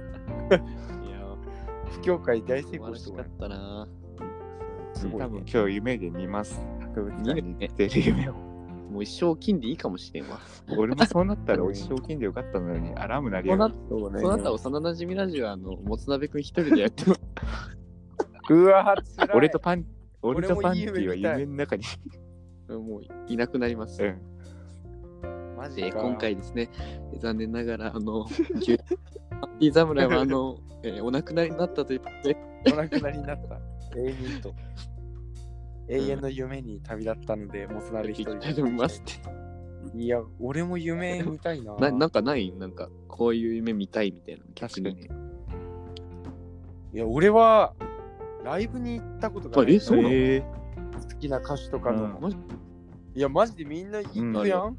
Speaker 2: いや、
Speaker 1: 不協会大成
Speaker 2: 素晴
Speaker 1: 功
Speaker 2: ら
Speaker 1: して
Speaker 2: し
Speaker 1: も
Speaker 2: からったな。
Speaker 1: すごいね
Speaker 3: 多分今日夢で見ます。博物館に
Speaker 2: 見
Speaker 3: 行ってる夢を。
Speaker 2: もう一生金でいいかもしれんわ。
Speaker 3: 俺もそうなったらお一生懸でよかったのにアラーム鳴り
Speaker 2: そ
Speaker 3: や
Speaker 2: うな
Speaker 3: が
Speaker 2: っ
Speaker 3: る。
Speaker 1: そうね
Speaker 2: そうなったら幼馴染ラジオはあの、もつなべくん一人でやってます。
Speaker 1: うわ、辛い。
Speaker 3: 俺とパン、俺とパンティはい
Speaker 1: い夢見たい
Speaker 3: 夢の中に。
Speaker 2: もういなくなります
Speaker 3: う。ん
Speaker 1: マジ
Speaker 2: で
Speaker 1: か
Speaker 2: 今回ですね、残念ながら、あの、牛ハッピー侍は、あの、えーお亡くなりになったということで、
Speaker 1: お亡くなりになった。永遠にと。永遠の夢に旅立ったので、もつ鍋一人
Speaker 2: 行きたいと思いますって。
Speaker 1: いや、俺も夢見たいな。
Speaker 2: ななんかないなんか、こういう夢見たいみたいなの。
Speaker 3: 確かに。
Speaker 1: いや、俺は、ライブに行ったことがない
Speaker 2: あえそうなの
Speaker 3: えー
Speaker 1: 好きな歌手とかの。
Speaker 2: 逆に。
Speaker 1: いや、マジでみんな行くやん。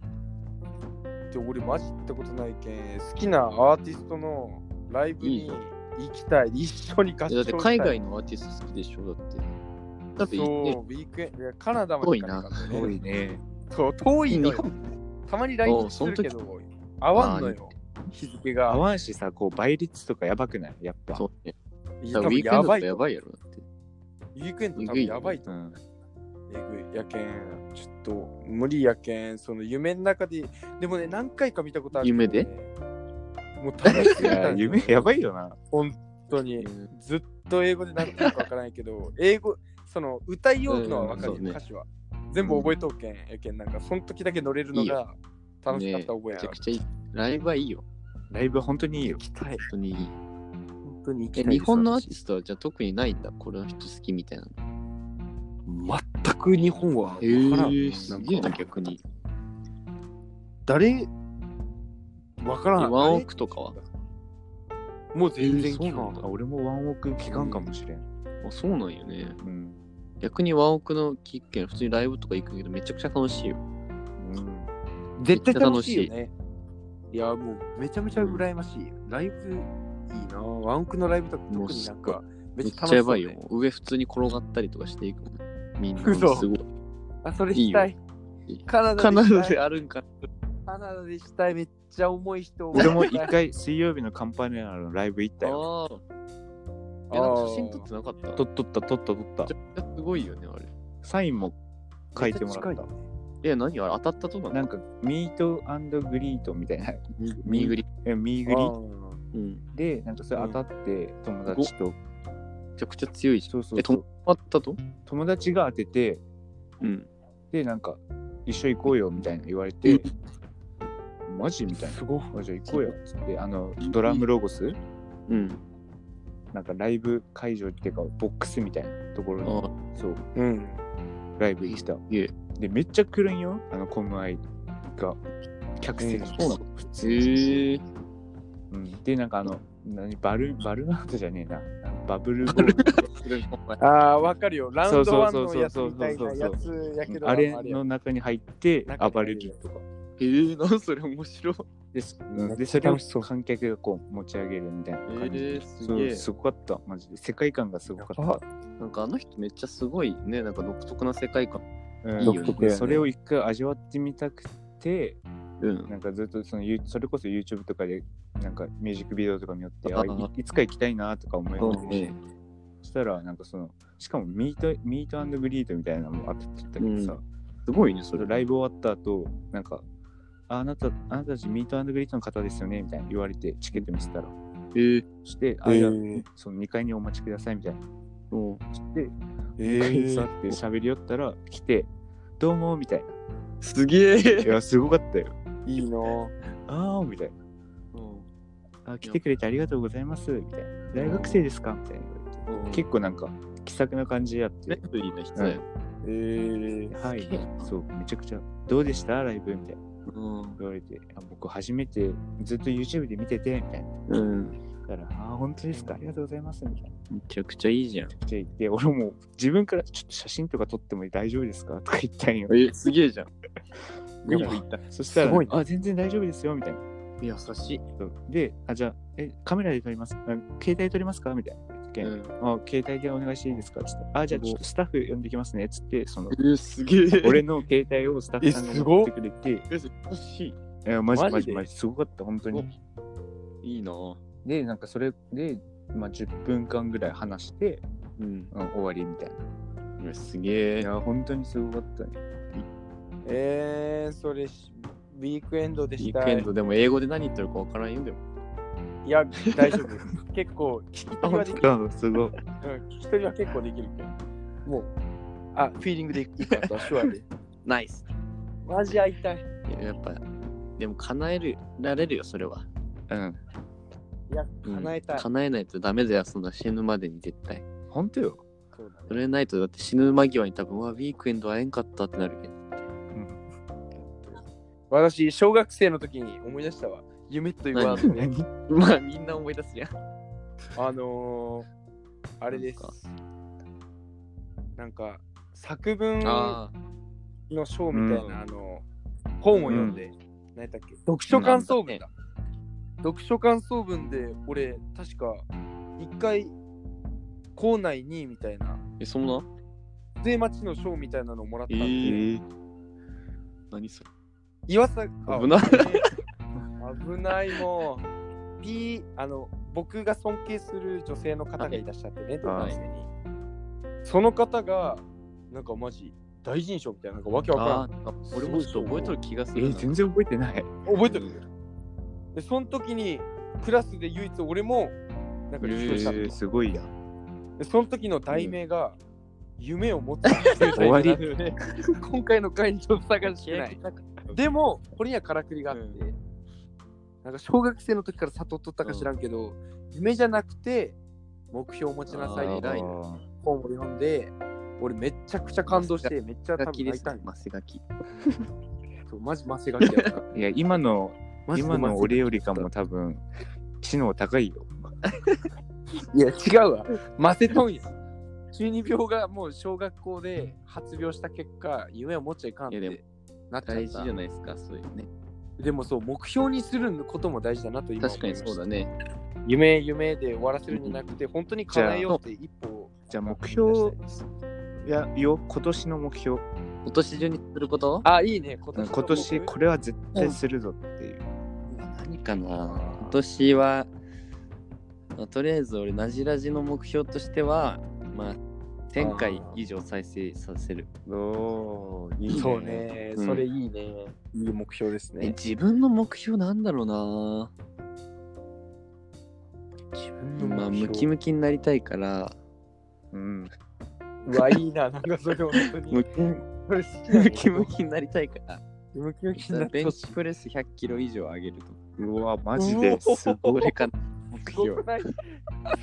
Speaker 1: で、俺マジ行ったことないけん、好きなアーティストのライブ
Speaker 2: いい
Speaker 1: に
Speaker 2: じゃん
Speaker 1: 行きたい。一緒に合
Speaker 2: い
Speaker 1: 唱
Speaker 2: やだっ
Speaker 1: した
Speaker 2: て
Speaker 1: い。
Speaker 2: 海外のアーティスト好きでしょだって。だって、
Speaker 1: そう、
Speaker 2: ね
Speaker 1: ウィークエンドいや、カナダまで行か
Speaker 3: す
Speaker 1: かった
Speaker 3: ご
Speaker 1: ね
Speaker 3: いね。
Speaker 1: そう遠いの
Speaker 2: 日
Speaker 1: よ。たまに LINE するけど、合わんのよ。日付
Speaker 3: 合
Speaker 1: が。
Speaker 3: わんしさ、こう倍率とかやばくないやっぱ。
Speaker 2: そうね。
Speaker 1: い
Speaker 2: だ
Speaker 1: や
Speaker 2: から
Speaker 1: 多
Speaker 2: ウィ
Speaker 1: 分
Speaker 2: ークエン
Speaker 1: や
Speaker 2: ドだ
Speaker 1: ばい
Speaker 2: ったら
Speaker 1: と
Speaker 2: や
Speaker 1: 思う。
Speaker 2: ばいやろ。だって
Speaker 1: ウィークエンド多分やばいと思う。
Speaker 3: ん。
Speaker 1: えぐいやけん、ちょっと無理やけん、その夢の中で、でもね、何回か見たことあるけどね、
Speaker 2: 夢で
Speaker 1: もう楽しす
Speaker 3: い
Speaker 1: ぎた
Speaker 3: や、
Speaker 1: んですよ
Speaker 3: 夢やばいよな。
Speaker 1: 本当に。ずっと英語でなんていうかわからないけど、英語、その歌いようのはわかるよ、
Speaker 2: うんそうね
Speaker 1: 歌詞は。全部覚えとうけん、やけん、なんか、その時だけ乗れるの
Speaker 2: いい
Speaker 1: が楽しかった覚え
Speaker 2: め
Speaker 1: あ
Speaker 2: ち
Speaker 1: る。
Speaker 2: ゃくちゃいい。ライブはいいよ。
Speaker 3: ライブは本当にいいよ
Speaker 1: 行。きたい。
Speaker 2: 本当にいい。
Speaker 1: 本当に行き
Speaker 2: え、
Speaker 1: たい。
Speaker 2: 日本のアーティストはじゃあ特にないんだ。これの人好きみたいなの。
Speaker 1: 全く日本はわからん。
Speaker 2: え、すげえな、逆に。
Speaker 1: 誰わからん。
Speaker 2: ワンオクとかは
Speaker 1: もう全然聞
Speaker 2: えーそう
Speaker 1: か
Speaker 2: なん
Speaker 1: ん。
Speaker 2: だ
Speaker 3: あ俺もワンオク期間かもしれん。
Speaker 2: あ、そうなんよね。
Speaker 3: うん。
Speaker 2: 逆にワンオクのキッケン、普通にライブとか行くけど、めちゃくちゃ楽しいよ。
Speaker 3: うん
Speaker 1: 絶対楽しいよね。いや、もうめちゃめちゃ羨ましい。ライブいいなぁワンオクのライブとか特になんか、め
Speaker 2: めっ
Speaker 1: っ
Speaker 2: ち
Speaker 1: ちゃ楽し
Speaker 2: ゃ
Speaker 1: そう
Speaker 2: やばいよ
Speaker 1: ね。。
Speaker 2: 上普通に転がったりとかしていくもん。みんな。
Speaker 1: 嘘
Speaker 2: すごい。
Speaker 1: あ、それしたい
Speaker 2: いいよ。
Speaker 1: カナ
Speaker 2: カナ
Speaker 1: ダで
Speaker 2: ダ
Speaker 1: したい
Speaker 2: で。あるんか。
Speaker 1: カナダでしたい。めっちゃ重い人。
Speaker 3: 俺も一回水曜日のカンパネラのライブ行ったよ。
Speaker 2: ああ。え、なんか写真撮ってなかった
Speaker 3: 撮っとった撮った撮った
Speaker 2: めち。ゃくちゃすごいよね、あれ。
Speaker 3: サインも書いてもらっ
Speaker 1: めっちゃ近い
Speaker 3: た。
Speaker 2: いや、何あれ当たったとか
Speaker 3: なんかミートグリートみたいな。
Speaker 2: 右グリ。
Speaker 3: えミー
Speaker 1: あ
Speaker 3: グ
Speaker 1: ー
Speaker 2: うん。
Speaker 3: リでなんかそれ当たって友達と。
Speaker 2: めちゃくちゃ強いし。
Speaker 3: そうそ
Speaker 2: え、
Speaker 3: うそう
Speaker 2: 止。まったと
Speaker 3: 友達が当てて
Speaker 2: うん。
Speaker 3: でなんか一緒行こうよみたいな言われて
Speaker 2: う。
Speaker 3: マジみたいな。
Speaker 1: すごい。
Speaker 3: あじゃあ行こうよっつってあのドラムロゴス
Speaker 2: うん。
Speaker 3: なんかライブ会場っていうかボックスみたいなところ
Speaker 2: あ
Speaker 3: に
Speaker 2: ー
Speaker 3: そう
Speaker 1: うん。
Speaker 3: ライブ行った
Speaker 2: げえ
Speaker 3: でめっちゃ来るんよあのコムアイが客席、
Speaker 1: うん
Speaker 2: そうな
Speaker 3: 普通
Speaker 2: へえ。
Speaker 3: うん、でなんかあの何バルバルナードじゃねえなバブルボ
Speaker 2: バ
Speaker 3: ー
Speaker 2: ル
Speaker 3: ル
Speaker 1: ああ、わかるよ。ラウンドワン
Speaker 3: そう
Speaker 1: の
Speaker 3: そう
Speaker 1: やつ
Speaker 3: そう
Speaker 1: みたい
Speaker 3: そう
Speaker 1: な
Speaker 3: そ
Speaker 1: や
Speaker 3: うそう
Speaker 1: つやけど、
Speaker 3: あれの中に入って
Speaker 1: 中に入る
Speaker 3: 暴れるとか
Speaker 2: えー、なんそれ面白い。
Speaker 3: です
Speaker 1: めっ
Speaker 3: で
Speaker 1: ち
Speaker 3: そ
Speaker 1: ゃ
Speaker 3: れを
Speaker 1: 楽しそう
Speaker 3: 観客がこう持ち上げるみたいな
Speaker 2: え
Speaker 3: 感じ、
Speaker 2: ー、す
Speaker 3: そう
Speaker 2: げえ。
Speaker 3: すごかったマジで世界観がすごか
Speaker 1: やば
Speaker 3: っ
Speaker 2: なんかあの人めっちゃすごいね。なんか独特な世界観。
Speaker 3: た、うん
Speaker 2: いいよね
Speaker 3: 独特やねそれを一回味わってみたくて
Speaker 2: うん。
Speaker 3: なんかずっとそのユーそれこそ YouTube とかでなんかミュージックビデオとか見よって
Speaker 2: あ
Speaker 3: あいいつか行きたいなとか思い
Speaker 2: そ
Speaker 3: ま
Speaker 2: うね。
Speaker 3: そしたらなんかそのしかもミートミートグリートみたいなのもあったって言ったけどさ、
Speaker 2: すごいね、それ。
Speaker 3: ライブ終わった後なんかああなたあなたたちミートグリートの方ですよねみたいな言われてチケット見せたら
Speaker 2: えー、
Speaker 3: して、
Speaker 1: え
Speaker 3: あじゃあ
Speaker 1: ー
Speaker 3: その2階にお待ちくださいみたいな
Speaker 2: うん。
Speaker 1: え
Speaker 3: 2階に座っ
Speaker 1: ー
Speaker 3: て喋り寄ったら来てどうもみたい
Speaker 2: すげ
Speaker 3: な
Speaker 2: え
Speaker 3: い。やすごかったよ
Speaker 1: いいなぁ
Speaker 3: ああみたいな
Speaker 2: うん
Speaker 3: あ来てくれてありがとうございますみたいな大学生ですかみたいな言われて結構なんか気さくな感じやって
Speaker 2: レフリーな人だよ。
Speaker 1: えー
Speaker 3: はい
Speaker 2: すげえ、
Speaker 3: そう、めちゃくちゃ、どうでしたライブみたいな
Speaker 2: うん。
Speaker 3: 言われて、あ僕初めてずっと YouTube で見てて、みたいな。
Speaker 2: うん。
Speaker 3: だから、あー、本当ですかありがとうございます、みたいな。
Speaker 2: めちゃくちゃいいじゃん。
Speaker 3: じゃあ言って、俺も自分からちょっと写真とか撮っても大丈夫ですかとか言ったんよ。
Speaker 2: え、すげえじゃん。
Speaker 3: でも
Speaker 2: いいこと言っ
Speaker 3: そした
Speaker 1: すご
Speaker 3: ら
Speaker 1: い、ね
Speaker 3: あ、全然大丈夫ですよ、みたいな。
Speaker 2: た優しい。
Speaker 3: そうで、あ、じゃあ、え、カメラで撮りますあ携帯撮りますかみたいな。けん
Speaker 2: うん
Speaker 3: あ携帯でお願いしていいですかつって、あ、じゃあちょっとスタッフ呼んできますね。つって、その、
Speaker 2: えー、すげえ。
Speaker 3: 俺の携帯をスタッフさんが持ってくれて、
Speaker 2: え、優しい。
Speaker 3: いやマジ
Speaker 1: マ
Speaker 3: マ
Speaker 1: ジ
Speaker 3: ジ
Speaker 1: で
Speaker 3: マジ、すごかった、本当に。
Speaker 2: いいなぁ。
Speaker 3: でなんかそれで、まあ、10分間ぐらい話して、
Speaker 2: うん。
Speaker 3: うん、終わりみたいな。
Speaker 2: えすげ
Speaker 3: い
Speaker 2: え。
Speaker 3: や本当にすごかったね。
Speaker 1: えー、それし、ウィークエンドで
Speaker 2: ウィ
Speaker 1: し
Speaker 2: ー
Speaker 1: た
Speaker 2: ク
Speaker 1: い
Speaker 2: エン。ドでも英語で何言ってるかわからんよでも。
Speaker 1: い や、大丈夫。結構、聞き取りはできる。
Speaker 3: すごい。
Speaker 1: うん聞き取りは結構できるけど。もう、あ、フィーリングで行くか、手話で。
Speaker 2: ナイス。
Speaker 1: マジ会いたい。
Speaker 2: いややっぱ、でも叶えるられるよ、それは。
Speaker 3: うん。
Speaker 1: いや、
Speaker 2: うん
Speaker 1: 叶えたい。
Speaker 2: 叶えないとダメだよ、そんな死ぬまでに絶対。
Speaker 3: 本当よ。
Speaker 1: そうだ
Speaker 2: そ
Speaker 1: ね
Speaker 2: れないとだって死ぬ間際に多分、うわ、ウィークエンド会えんかったってなるけど。
Speaker 3: うん。
Speaker 1: 私、小学生の時に思い出したわ。夢というワードで。
Speaker 2: まあみんな思い出すじゃん。
Speaker 1: あのー、あれです。なんか、作文の
Speaker 2: あ
Speaker 1: 章みたいな、あの、本を読んで、何やったっけ読
Speaker 2: 書
Speaker 1: 書
Speaker 2: 感
Speaker 1: 感
Speaker 2: 想
Speaker 1: 想
Speaker 2: 文
Speaker 1: 文
Speaker 2: だ
Speaker 1: だ。読書感想文で、俺、確か、一回、校内2位みたいな、
Speaker 2: え、そんな
Speaker 1: 税町の賞みたいなのをもらったんで、
Speaker 2: え
Speaker 3: えー、
Speaker 2: 何それ
Speaker 1: 岩坂、あ
Speaker 2: 危ない
Speaker 1: 危ねえ危ないもう。P、あの、僕が尊敬する女性の方がいらっしゃってね、同級生に。その方が、なんかマジ、大臣賞みたいな、なんかわけわ
Speaker 2: あ
Speaker 1: か
Speaker 2: ー俺もちょっと覚えとる気がす
Speaker 3: え
Speaker 2: るな。
Speaker 3: ー、全然覚えてない。
Speaker 1: らん。覚えてるで、その時に、クラスで唯一俺も、なんか受賞したの、
Speaker 3: すごいや。
Speaker 1: でその時の題名が、夢を持つっていう
Speaker 3: 終わり
Speaker 1: 題名なんだよね今回の回にちょっと探してない。でも、これにはからくりがあって、
Speaker 2: う
Speaker 1: なんか小学生の時から悟っとったか知らんけど、夢じゃなくて、目標を持ちなさいみたいな
Speaker 3: あ
Speaker 1: 本を読んで、俺めっちゃくちゃ感動して、めっちゃ多分
Speaker 2: ガキ
Speaker 1: 泣い
Speaker 2: です
Speaker 1: たん。よ。
Speaker 2: マスガキ。
Speaker 1: そうマジマセガキやった。
Speaker 3: ーいや、今の、
Speaker 1: マジで
Speaker 3: 今の俺よりか
Speaker 1: マ
Speaker 3: も多分、知能高いよ。
Speaker 1: セガキ。いや、違うわ。マセトンや。中二病がもう小学校で発病した結果、夢を持っちゃいかんっ
Speaker 2: いやで
Speaker 1: てなっちゃ
Speaker 2: 大
Speaker 1: っ
Speaker 2: 事
Speaker 1: た
Speaker 2: じゃ。ないですか、そういうね。
Speaker 1: でもそう、目標にすることも大事だなと今
Speaker 2: 確かに
Speaker 1: 思いました
Speaker 2: そうだね。
Speaker 1: 夢、夢で終わらせるんじゃなくて、本当に叶えようって一歩を。
Speaker 3: じゃあ目標いや、よ、今年の目標。
Speaker 2: 今年中にすること
Speaker 1: あ、いいね。今
Speaker 3: 今
Speaker 1: 年の
Speaker 3: 年これは絶対するぞっていう。
Speaker 2: 何かな今年は、まあとりあえず俺、なじらじの目標としては、まあ、1000回以上再生させる。
Speaker 3: おー、いい
Speaker 1: そうね、
Speaker 2: うん
Speaker 1: それいいね。いい目標です
Speaker 2: え
Speaker 1: ね。
Speaker 2: 自分の目標なんだろうな自
Speaker 1: の目
Speaker 2: 分
Speaker 1: 標
Speaker 2: まあ、ムキムキになりたいから、
Speaker 3: うん。
Speaker 1: うわ、いいな。なんかそれ本当に。
Speaker 2: ムキム
Speaker 1: それ好きなの
Speaker 2: キムキになりたいから、
Speaker 1: ムキムキになって
Speaker 2: ベ
Speaker 1: ほ
Speaker 2: ン
Speaker 1: しい
Speaker 2: チプレス100キロ以上上げると。
Speaker 3: うわ、マジです
Speaker 2: こ
Speaker 3: ごい。
Speaker 2: れかな、目
Speaker 1: すご
Speaker 2: 標
Speaker 1: く。ない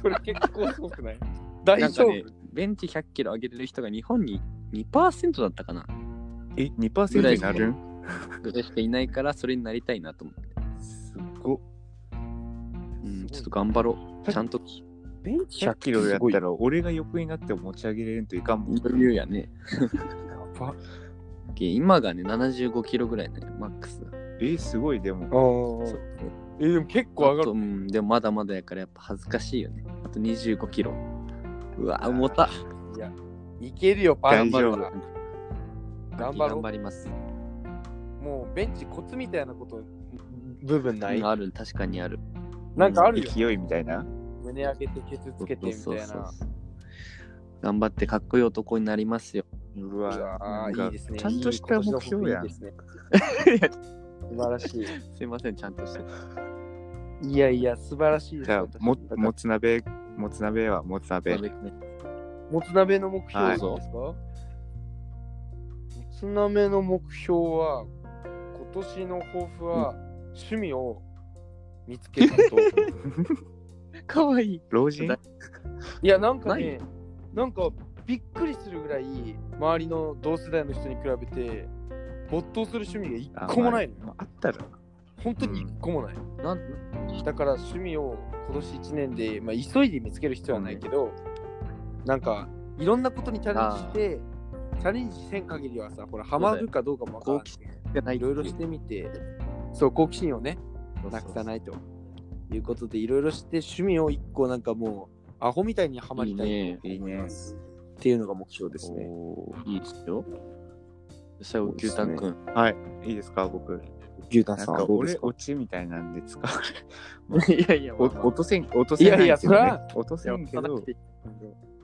Speaker 1: それ結構すごくない 大
Speaker 2: なん
Speaker 1: 丈
Speaker 2: か
Speaker 1: 夫、
Speaker 2: ね、ベンチ100キロ上げれる人が日本に2%だったかな
Speaker 3: え、2%になる
Speaker 2: ぐらいしかいないから、それになりたいなと思って。
Speaker 3: すごっ。
Speaker 2: うん、ちょっと頑張ろう。ちゃんと。
Speaker 1: ベンチ
Speaker 3: 100キロや
Speaker 1: すご
Speaker 3: っ
Speaker 1: い
Speaker 3: たら俺が横になって持ち上げれるんといかんもん。
Speaker 2: 余裕やね。
Speaker 1: や ば
Speaker 2: で今がね、75キロぐらいね、マックスが。
Speaker 3: え、すごい、でも。
Speaker 1: あ
Speaker 2: そう
Speaker 1: あ。え、でも結構上が
Speaker 2: あと
Speaker 1: る。
Speaker 2: うん、でもまだまだやからやっぱ恥ずかしいよね。あと25キロ。うわ、重た。
Speaker 1: いけるよ、パン
Speaker 3: 大
Speaker 1: チ
Speaker 3: 丈夫
Speaker 1: は頑張ろ
Speaker 2: 頑張ります。
Speaker 1: う。もうベンチコツみたいなこと、部分ない。
Speaker 2: ある、確かにある。
Speaker 1: なんかあるよ。
Speaker 3: 勢いみたいな。
Speaker 1: 胸上げてケツつけてみたい
Speaker 2: そうそう
Speaker 1: な。
Speaker 2: そう頑張ってかっこいい男になりますよ。
Speaker 3: う
Speaker 1: う
Speaker 3: わ、
Speaker 1: わ
Speaker 3: なん
Speaker 1: ー
Speaker 3: か
Speaker 1: いいですね。
Speaker 3: ちゃんとした目標やん
Speaker 1: いいですね素晴らし
Speaker 2: すいません、ちゃんとして。
Speaker 1: い。いやいや、素晴らしいです。
Speaker 3: じゃあ、
Speaker 1: 私
Speaker 3: も、もつ鍋、もつ鍋はもつ鍋。
Speaker 1: もつ鍋の目標
Speaker 3: はい
Speaker 1: ですか、もつ鍋の目標は、今年の抱負は、趣味を見つけること。
Speaker 2: かわいい。
Speaker 3: 老人
Speaker 1: いや、なんかね、なんかびっくりするぐらい、周りの同世代の人に比べて、没頭する趣味が一個もないのよ。
Speaker 3: まああったら。
Speaker 1: 本当に一個もない。
Speaker 2: なん
Speaker 1: だから趣味を今年1年で、まあ、急いで見つける必要はないけど、なんかいろんなことにチャレンジしてチャレンジせん限りはさほらハマるかどうかもわからん
Speaker 2: 好奇
Speaker 1: し
Speaker 2: じゃない
Speaker 1: いろいろしてみてそう好奇心をねなくさないということでいろいろして趣味を一個なんかもうアホみたいにハマりたい
Speaker 2: いいね
Speaker 1: と思いますっていうのが目標ですね
Speaker 2: おーいいですよ。最後、牛タン君。
Speaker 3: いいですか、僕。
Speaker 1: 牛タン
Speaker 3: なん
Speaker 1: さんは
Speaker 3: か
Speaker 1: どうです
Speaker 3: 俺、
Speaker 1: か
Speaker 3: オチみたいなんで使う。
Speaker 2: いやいや、
Speaker 3: お落とせん、落とせないですよ
Speaker 1: いやいや
Speaker 3: ね。落とせんけ
Speaker 2: やっぱ
Speaker 3: ど
Speaker 2: なく。て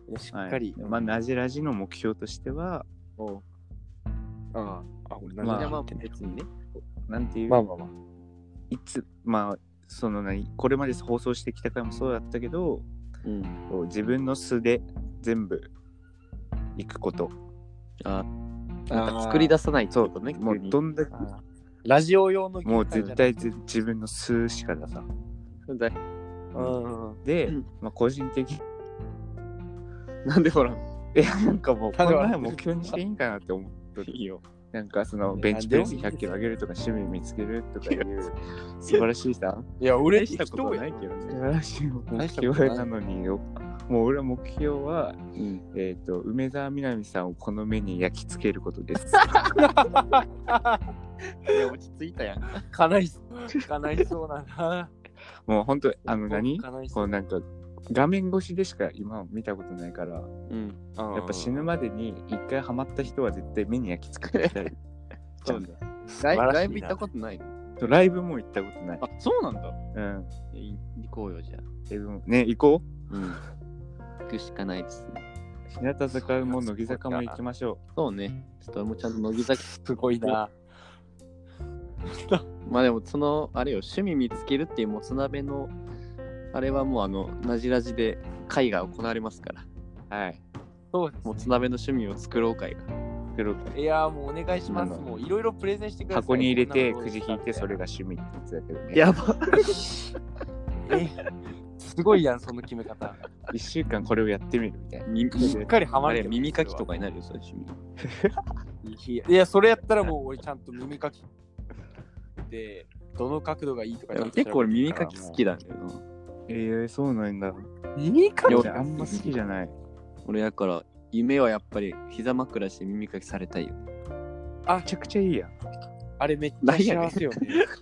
Speaker 1: いやしっ
Speaker 3: はい
Speaker 1: かり、
Speaker 3: まあ、なじらじの目標としては、
Speaker 1: ああ俺
Speaker 3: まあ
Speaker 1: 何
Speaker 2: じ
Speaker 1: で
Speaker 2: ゃあまあ
Speaker 1: ってね
Speaker 2: 別にね。
Speaker 3: なんていう
Speaker 1: まあまあまあ
Speaker 3: いつまあその何これまで放送してきた回もそうだったけど
Speaker 2: うん。
Speaker 3: こう自分の素で全部行くこと
Speaker 1: あ
Speaker 2: あ
Speaker 1: ー
Speaker 2: なんか作り出さないって
Speaker 3: そ
Speaker 2: こと
Speaker 3: う
Speaker 2: ね。
Speaker 3: もう
Speaker 2: 急に
Speaker 3: どんだけ
Speaker 1: あラジオ用の
Speaker 3: もう
Speaker 1: 牛タンじ
Speaker 3: 絶
Speaker 1: ゃな
Speaker 3: 対じ自分の素しか出さん
Speaker 1: うん
Speaker 3: で、
Speaker 2: うん
Speaker 3: まあ、個人的
Speaker 2: なんでほら、
Speaker 3: えなんかもうこ
Speaker 1: ただ
Speaker 3: んなの目標にしていいんかなって思っとるよなんかそのベンチプレス100キロ上げるとか趣味見つけるとかいう素晴らしいさ
Speaker 1: いや、俺
Speaker 2: 大したことはないけど
Speaker 3: 素
Speaker 2: ね。
Speaker 3: 晴らしい目標なのによもう俺は目標は、
Speaker 2: うん
Speaker 3: えっと梅澤美波さんをこの目に焼き付けることです
Speaker 2: いや、落ち着いたやん。
Speaker 1: 叶いそう。叶いそうだな。
Speaker 3: もう本当あの何こ
Speaker 1: 叶いそう
Speaker 3: なんか画面越しでしか今見たことないから
Speaker 2: うん。
Speaker 1: や
Speaker 3: やっぱ死ぬまでに一回ハマった人は絶対目に焼き付けたい
Speaker 2: そうね
Speaker 1: 素
Speaker 2: ライ
Speaker 1: 晴らし
Speaker 2: ブ
Speaker 1: いな
Speaker 2: ライブ行ったことないの
Speaker 3: そうライブも行ったことない
Speaker 2: あ、そうなんだ。
Speaker 3: うん
Speaker 2: い行こうよ、じゃあ。
Speaker 3: でもね行こ
Speaker 2: うん。行くしかないですね。
Speaker 3: う日向坂も乃木坂も行きましょ
Speaker 2: そうね。ちょっと俺もちゃんと乃木坂。
Speaker 1: すごいな。
Speaker 2: まあでも、その、あれよ、趣味見つけるっていうもつ鍋の、あれはもう、あの、なじらじで会が行われますから。はい。
Speaker 1: そうです、
Speaker 2: もつ鍋の趣味を作ろう会が。
Speaker 3: 黒く
Speaker 1: いやーもうお願いします。
Speaker 3: あの
Speaker 1: もういろいろプレゼンしてください。
Speaker 3: 箱に入れて
Speaker 1: こん
Speaker 3: く
Speaker 1: なの
Speaker 3: じ引いてそれが趣味ってやつだけどね。
Speaker 2: やば。
Speaker 1: えすごいやん、その決め方。
Speaker 3: 1週間これをやってみるみたいな。
Speaker 2: 耳
Speaker 1: しっかりハマ
Speaker 2: あ
Speaker 1: る
Speaker 2: れ
Speaker 1: けど
Speaker 2: 耳かきとかになるよ、それ趣味。
Speaker 1: いやいや、それやったらもう俺ちゃんと耳かきで、どの角度がいいとか
Speaker 2: でも結構俺耳かき好きだんだよな。
Speaker 3: えー、そうなんだ。
Speaker 1: 耳か
Speaker 2: き
Speaker 1: き
Speaker 2: 俺
Speaker 3: 俺あんま好きじゃない。
Speaker 2: 俺だから、夢はやっぱり膝枕して耳かきされたいよ。
Speaker 3: めちゃくちゃいいやん。
Speaker 1: あれめっちゃ幸せよね。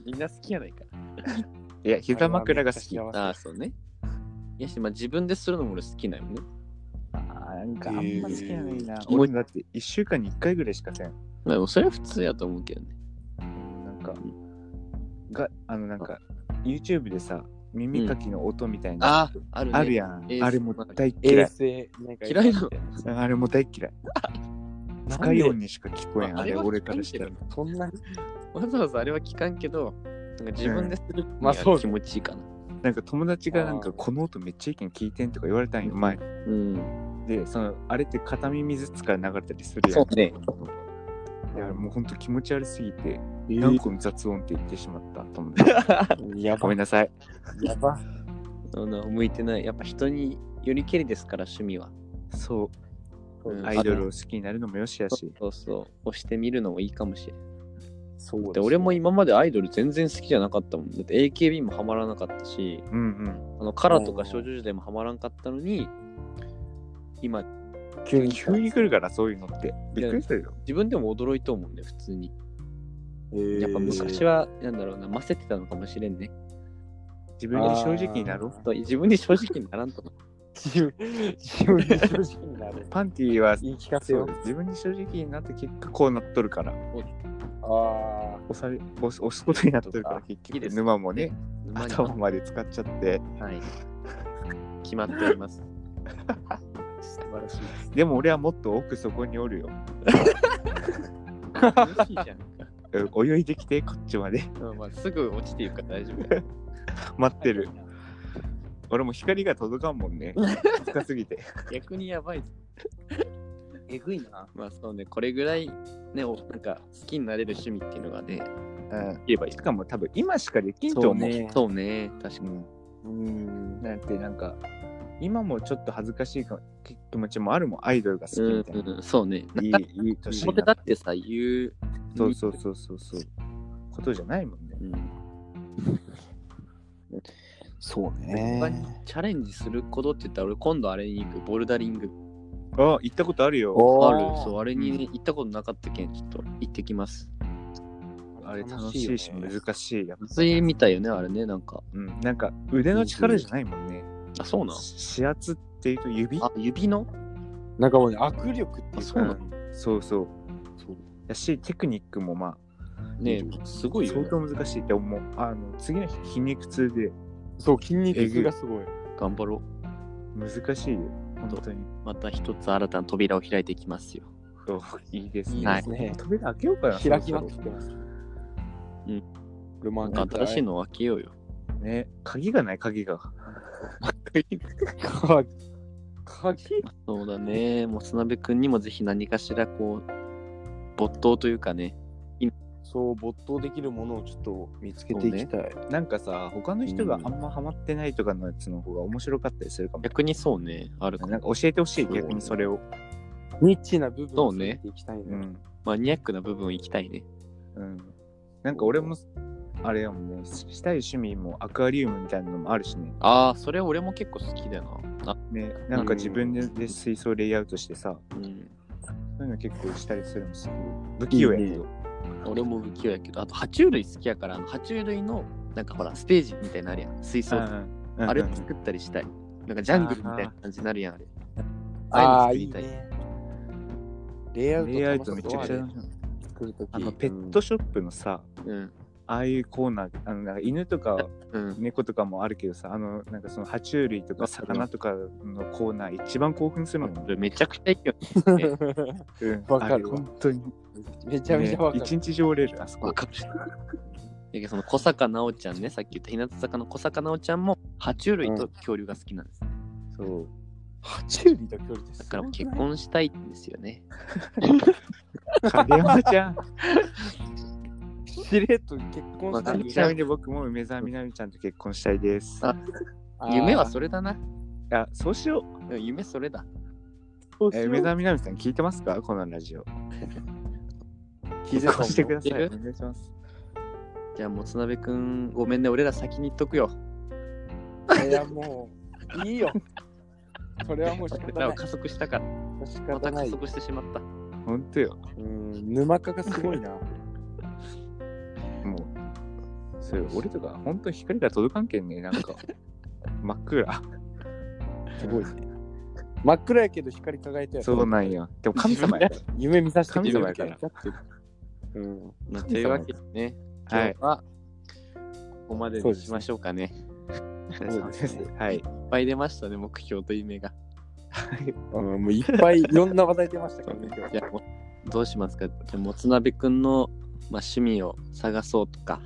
Speaker 2: みんな好きやないか。
Speaker 3: いや、膝枕が好き。
Speaker 1: あ
Speaker 3: あ
Speaker 1: れはめっちゃ幸せ
Speaker 2: ああ、そうね。いやし、まあ自分でするのも俺好きなんよね。
Speaker 3: ーなんかあんま好きじゃないな。
Speaker 2: えー
Speaker 3: 俺だって1週間に1回ぐらいしかせん。
Speaker 2: まあでもそれは普通やと思うけどね。
Speaker 3: なんか、があのなんか、YouTube でさ、耳かきの音みたいな、
Speaker 2: ああ、あるね。
Speaker 3: あるやん。
Speaker 2: えー
Speaker 3: あれも
Speaker 2: そうなんだ
Speaker 3: 大嫌
Speaker 1: 衛
Speaker 3: い。
Speaker 1: 生なんか
Speaker 2: 嫌いなの
Speaker 3: あれも大嫌い。使い音にしか聞こえん。
Speaker 2: あ
Speaker 3: あ
Speaker 2: れ
Speaker 3: れ
Speaker 2: は
Speaker 3: 俺からしたら。
Speaker 1: そんなに
Speaker 2: わざわざあれは聞かんけど、なんか自分でするに
Speaker 1: まあそ
Speaker 2: は
Speaker 1: う
Speaker 2: 気持ちいいかな。
Speaker 3: なんか友達がなんか
Speaker 1: あー
Speaker 3: この音めっちゃ意見聞いてんとか言われたんよ前
Speaker 2: うん。
Speaker 3: でそのあれって片耳ずつから流れたりするやん
Speaker 2: そうね
Speaker 3: いやもうほんと気持ち悪すぎて何個も雑音って言ってしまったと思う
Speaker 1: や
Speaker 3: ご
Speaker 1: ば
Speaker 3: めんなさい
Speaker 1: やば。
Speaker 2: あの向いてない。やっぱ人によりけりですから、趣味は。
Speaker 3: そううんアイドルを好きになるのもよしや
Speaker 2: そう
Speaker 3: し
Speaker 2: そうそう。押してみるのもいいかもしれん。
Speaker 1: そう
Speaker 2: で俺も今までアイドル全然好きじゃなかったもん。だって AKB もハマらなかったし、
Speaker 3: うんうん
Speaker 2: あのカラーとか少女時代もハマらんかったのに、今、
Speaker 1: 急に
Speaker 3: 急に来るからそういうのってびっくりするよ
Speaker 2: 自分でも驚いと思うんね、普通に。や
Speaker 1: や
Speaker 2: っぱ昔は、なんだろうな、ませてたのかもしれんね。
Speaker 3: 自分に正直になろう
Speaker 2: ちょっと自分に正直にならんと。
Speaker 1: 自分自分に正直になる。
Speaker 3: パンティは
Speaker 1: 言い聞かせ
Speaker 3: そう
Speaker 1: よ
Speaker 3: です自分に正直になって結果こうなっとるから
Speaker 1: う。あ
Speaker 3: 押され押す押すことになっとるから
Speaker 2: とか
Speaker 3: 結
Speaker 2: いいで
Speaker 3: 局
Speaker 2: す
Speaker 3: 沼もね
Speaker 2: 沼に
Speaker 3: 頭まで使っちゃって
Speaker 2: はい。決まっており ます。
Speaker 1: あ、素晴らしいです。
Speaker 3: でも俺はもっと奥そこにおるよ
Speaker 2: 楽しいじゃん
Speaker 3: うん泳いできてこっちまで
Speaker 2: うんまあ、すぐ落ちていくから大丈夫。
Speaker 3: 待ってる俺もう光が届かんも んね深すぎて
Speaker 2: 逆にやばいぞ。
Speaker 1: えぐいな。
Speaker 2: まあそうね、これぐらい、ね、おなんか好きになれる趣味っていうのがね、
Speaker 3: うん
Speaker 2: 言えばいい
Speaker 3: し。かも多分今しかできんと
Speaker 1: そう
Speaker 3: 思う
Speaker 1: ね。
Speaker 2: そうね、確か
Speaker 3: う
Speaker 2: に。
Speaker 3: ん
Speaker 1: うん。
Speaker 3: なんてなんか今もちょっと恥ずかしいか気持ちもあるもんアイドルが好き
Speaker 2: う
Speaker 3: み
Speaker 2: ん
Speaker 3: たいな、
Speaker 2: うん、そうね。
Speaker 3: い
Speaker 2: ないんか
Speaker 3: いい年に
Speaker 2: 表
Speaker 3: な
Speaker 2: だ
Speaker 3: っ
Speaker 2: ってさ、言う。
Speaker 3: そうそうそうそうそうことじゃないもんね
Speaker 2: うん。
Speaker 1: そう
Speaker 2: 他に
Speaker 1: ね。
Speaker 2: チャレンジすることって言ったら、俺今度あれに行く、ボルダリング。
Speaker 3: あ行ったことあるよ
Speaker 2: ある
Speaker 1: ー、
Speaker 2: そう、あれにね行ったことなかったけん、ちょっと行ってきます。
Speaker 3: あれ楽しいし
Speaker 1: よね
Speaker 3: 難しいやっぱ
Speaker 2: むずいみたいよね、あれね、なんか。
Speaker 3: うん、なんか腕の力じゃないもんね。
Speaker 2: あ、そうなん
Speaker 3: 指圧っていうと指
Speaker 2: あ、指の
Speaker 1: なんかもうね、握力っていう
Speaker 2: あそうなの
Speaker 3: そうそう。だし、テクニックもま
Speaker 2: ねす
Speaker 3: あ、
Speaker 2: ごいよ、
Speaker 3: 相
Speaker 2: ね。
Speaker 3: 当難しいって思う。あの、次の日、筋肉痛で
Speaker 1: そう、筋肉痛がすごい。
Speaker 2: 頑張ろう。
Speaker 3: 難しいよ。本当に。
Speaker 2: また一つ新たな扉を開いていきますよ。。
Speaker 3: おいいです
Speaker 1: いい
Speaker 3: ね。
Speaker 1: ですね。
Speaker 3: 扉開けようかな。
Speaker 1: 開きま
Speaker 3: ま
Speaker 1: くってます。うんルマ
Speaker 2: な
Speaker 1: ン
Speaker 2: んか新しいのを開けようよ。
Speaker 3: ね。鍵がない、鍵が。
Speaker 1: 鍵。鍵
Speaker 2: そうだね。もう砂部くんにもぜひ何かしらこう、没頭というかね。
Speaker 1: そう、没頭できるものをちょっと見つけていきたい。
Speaker 3: なんかさ、他の人があんまハマってないとかのやつの方が面白かったりするかも。
Speaker 2: 逆にそうね。あるか
Speaker 3: なん
Speaker 2: も。
Speaker 3: か教えてほしい、逆にそれを。
Speaker 1: ニッチな部分を見ていきたいね。
Speaker 3: うん。
Speaker 2: マニアックな部分行きたいね。
Speaker 3: うん。なんか俺も、あれやもんね、ししたい趣味もアクアリウムみたいなのもあるしね。
Speaker 2: ああ、それ俺も結構好きだよな。あ、
Speaker 3: ね、なんか自分でで水槽レイアウトしてさ、
Speaker 2: うん。
Speaker 3: そういうの結構したりするのすごい。不器用やけ
Speaker 1: いい
Speaker 3: ど。
Speaker 2: 俺も不器用やけど、あと爬虫類好きやから、あの爬虫類の、なんかほら、ステージみたいになるやん。水槽。
Speaker 3: うん
Speaker 2: あれ
Speaker 3: うん
Speaker 2: を作ったりしたい。なんかジャングルみたいな感じになるやん、あれ。
Speaker 1: あ
Speaker 2: あ
Speaker 1: あ、
Speaker 2: あ
Speaker 1: い
Speaker 2: い
Speaker 1: い
Speaker 2: いね
Speaker 1: ね。レイアウト
Speaker 3: レイアウトめちゃくちゃ
Speaker 1: 楽しそう作るとき
Speaker 3: あのペットショップのさ、
Speaker 2: うん。
Speaker 3: ああいうコーナー、あのなんか犬とか
Speaker 2: うん。
Speaker 3: 猫とかもあるけどさ、あのなんかその爬虫類とか魚とかのコーナー一番興奮するもん。
Speaker 2: めちゃくちゃいいよ。
Speaker 3: うん、
Speaker 1: わかる
Speaker 3: あれ本当に。
Speaker 1: めちゃめちゃわか
Speaker 3: ね
Speaker 1: る。
Speaker 3: 一日上れる、あそこ。
Speaker 2: かる。その小坂直ちゃんね、さっき言った日向坂の小坂直ちゃんも爬虫類と恐竜が好きなんです。
Speaker 3: そう。
Speaker 1: 爬虫類と距離です。
Speaker 2: だから結婚したいんですよね。
Speaker 3: 影山ちゃん。
Speaker 1: しれっと結婚した
Speaker 2: わ
Speaker 1: い
Speaker 2: かる
Speaker 3: ちなみに僕も梅沢みなみちゃんと結婚したいです。
Speaker 2: あ
Speaker 3: あ、
Speaker 2: 夢はそれだな。
Speaker 3: そうしよう。
Speaker 2: でも夢それだ。
Speaker 1: そうし
Speaker 3: え
Speaker 1: よ
Speaker 3: ー
Speaker 1: う
Speaker 3: 梅沢みなみさん聞いてますかこのラジオ。
Speaker 1: 聞いて
Speaker 3: 結
Speaker 1: たもん
Speaker 3: 婚してください。
Speaker 2: 聞いて
Speaker 3: お
Speaker 2: る
Speaker 3: 願いします。
Speaker 2: じゃあ、もつなべくん、ごめんね、俺ら先に言っとくよ。
Speaker 1: いや、もう、いいよ。それはもう仕方
Speaker 2: 俺
Speaker 1: な
Speaker 2: ら
Speaker 1: い
Speaker 2: を。加速したから、
Speaker 1: 仕
Speaker 2: ま
Speaker 1: 方
Speaker 2: た
Speaker 1: な
Speaker 2: 加
Speaker 1: い。
Speaker 2: 速してしまった。
Speaker 3: 本当よ。
Speaker 1: うん、沼化がすごいな。
Speaker 3: もう。それ俺とか本当に光が届かんけんね。なん か真っ暗。
Speaker 1: すごいね。真っ暗やけど光り輝いてる。
Speaker 3: そうなんや。でも神様や。
Speaker 1: 夢見させてくれ
Speaker 3: 神
Speaker 1: る
Speaker 3: 様
Speaker 1: み
Speaker 3: や
Speaker 1: た
Speaker 3: か
Speaker 1: いな
Speaker 3: ら。。
Speaker 1: うん。
Speaker 2: まあというわけでね、
Speaker 3: は
Speaker 2: 今
Speaker 3: い
Speaker 2: 日はここまでにしましょうかね。
Speaker 1: そうですね
Speaker 3: はい。
Speaker 2: いっぱい出ましたね、目標と夢が。
Speaker 1: うんもういっぱいいろんな話題出ましたからね、今
Speaker 2: じゃあもうどうしますかじゃあもつなべくんの、まあ、趣味を探そうとか、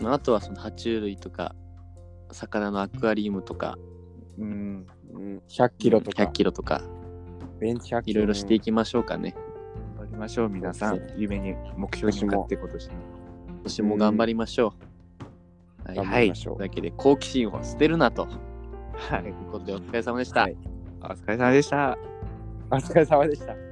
Speaker 2: まあ、あとはその爬虫類とか、魚のアクアリウムとか、
Speaker 3: うん。
Speaker 1: 日。100キロとか、
Speaker 2: 100キロとか、
Speaker 1: ベンチ100キ
Speaker 2: い
Speaker 1: ロ。
Speaker 2: ろいろしていきましょうかね。
Speaker 3: 頑張りましょう、皆さ。
Speaker 2: そうん
Speaker 3: 夢に、目標に向かって今年。
Speaker 2: 今年も頑張りましょう。はい
Speaker 1: 頑
Speaker 2: は
Speaker 1: 張り
Speaker 2: い。
Speaker 1: ましょう
Speaker 2: だけで好奇心を捨てるなとい
Speaker 3: はい。
Speaker 2: うことでお疲れ様でした。
Speaker 3: はいお疲れ様でした。
Speaker 1: お疲れ様でした。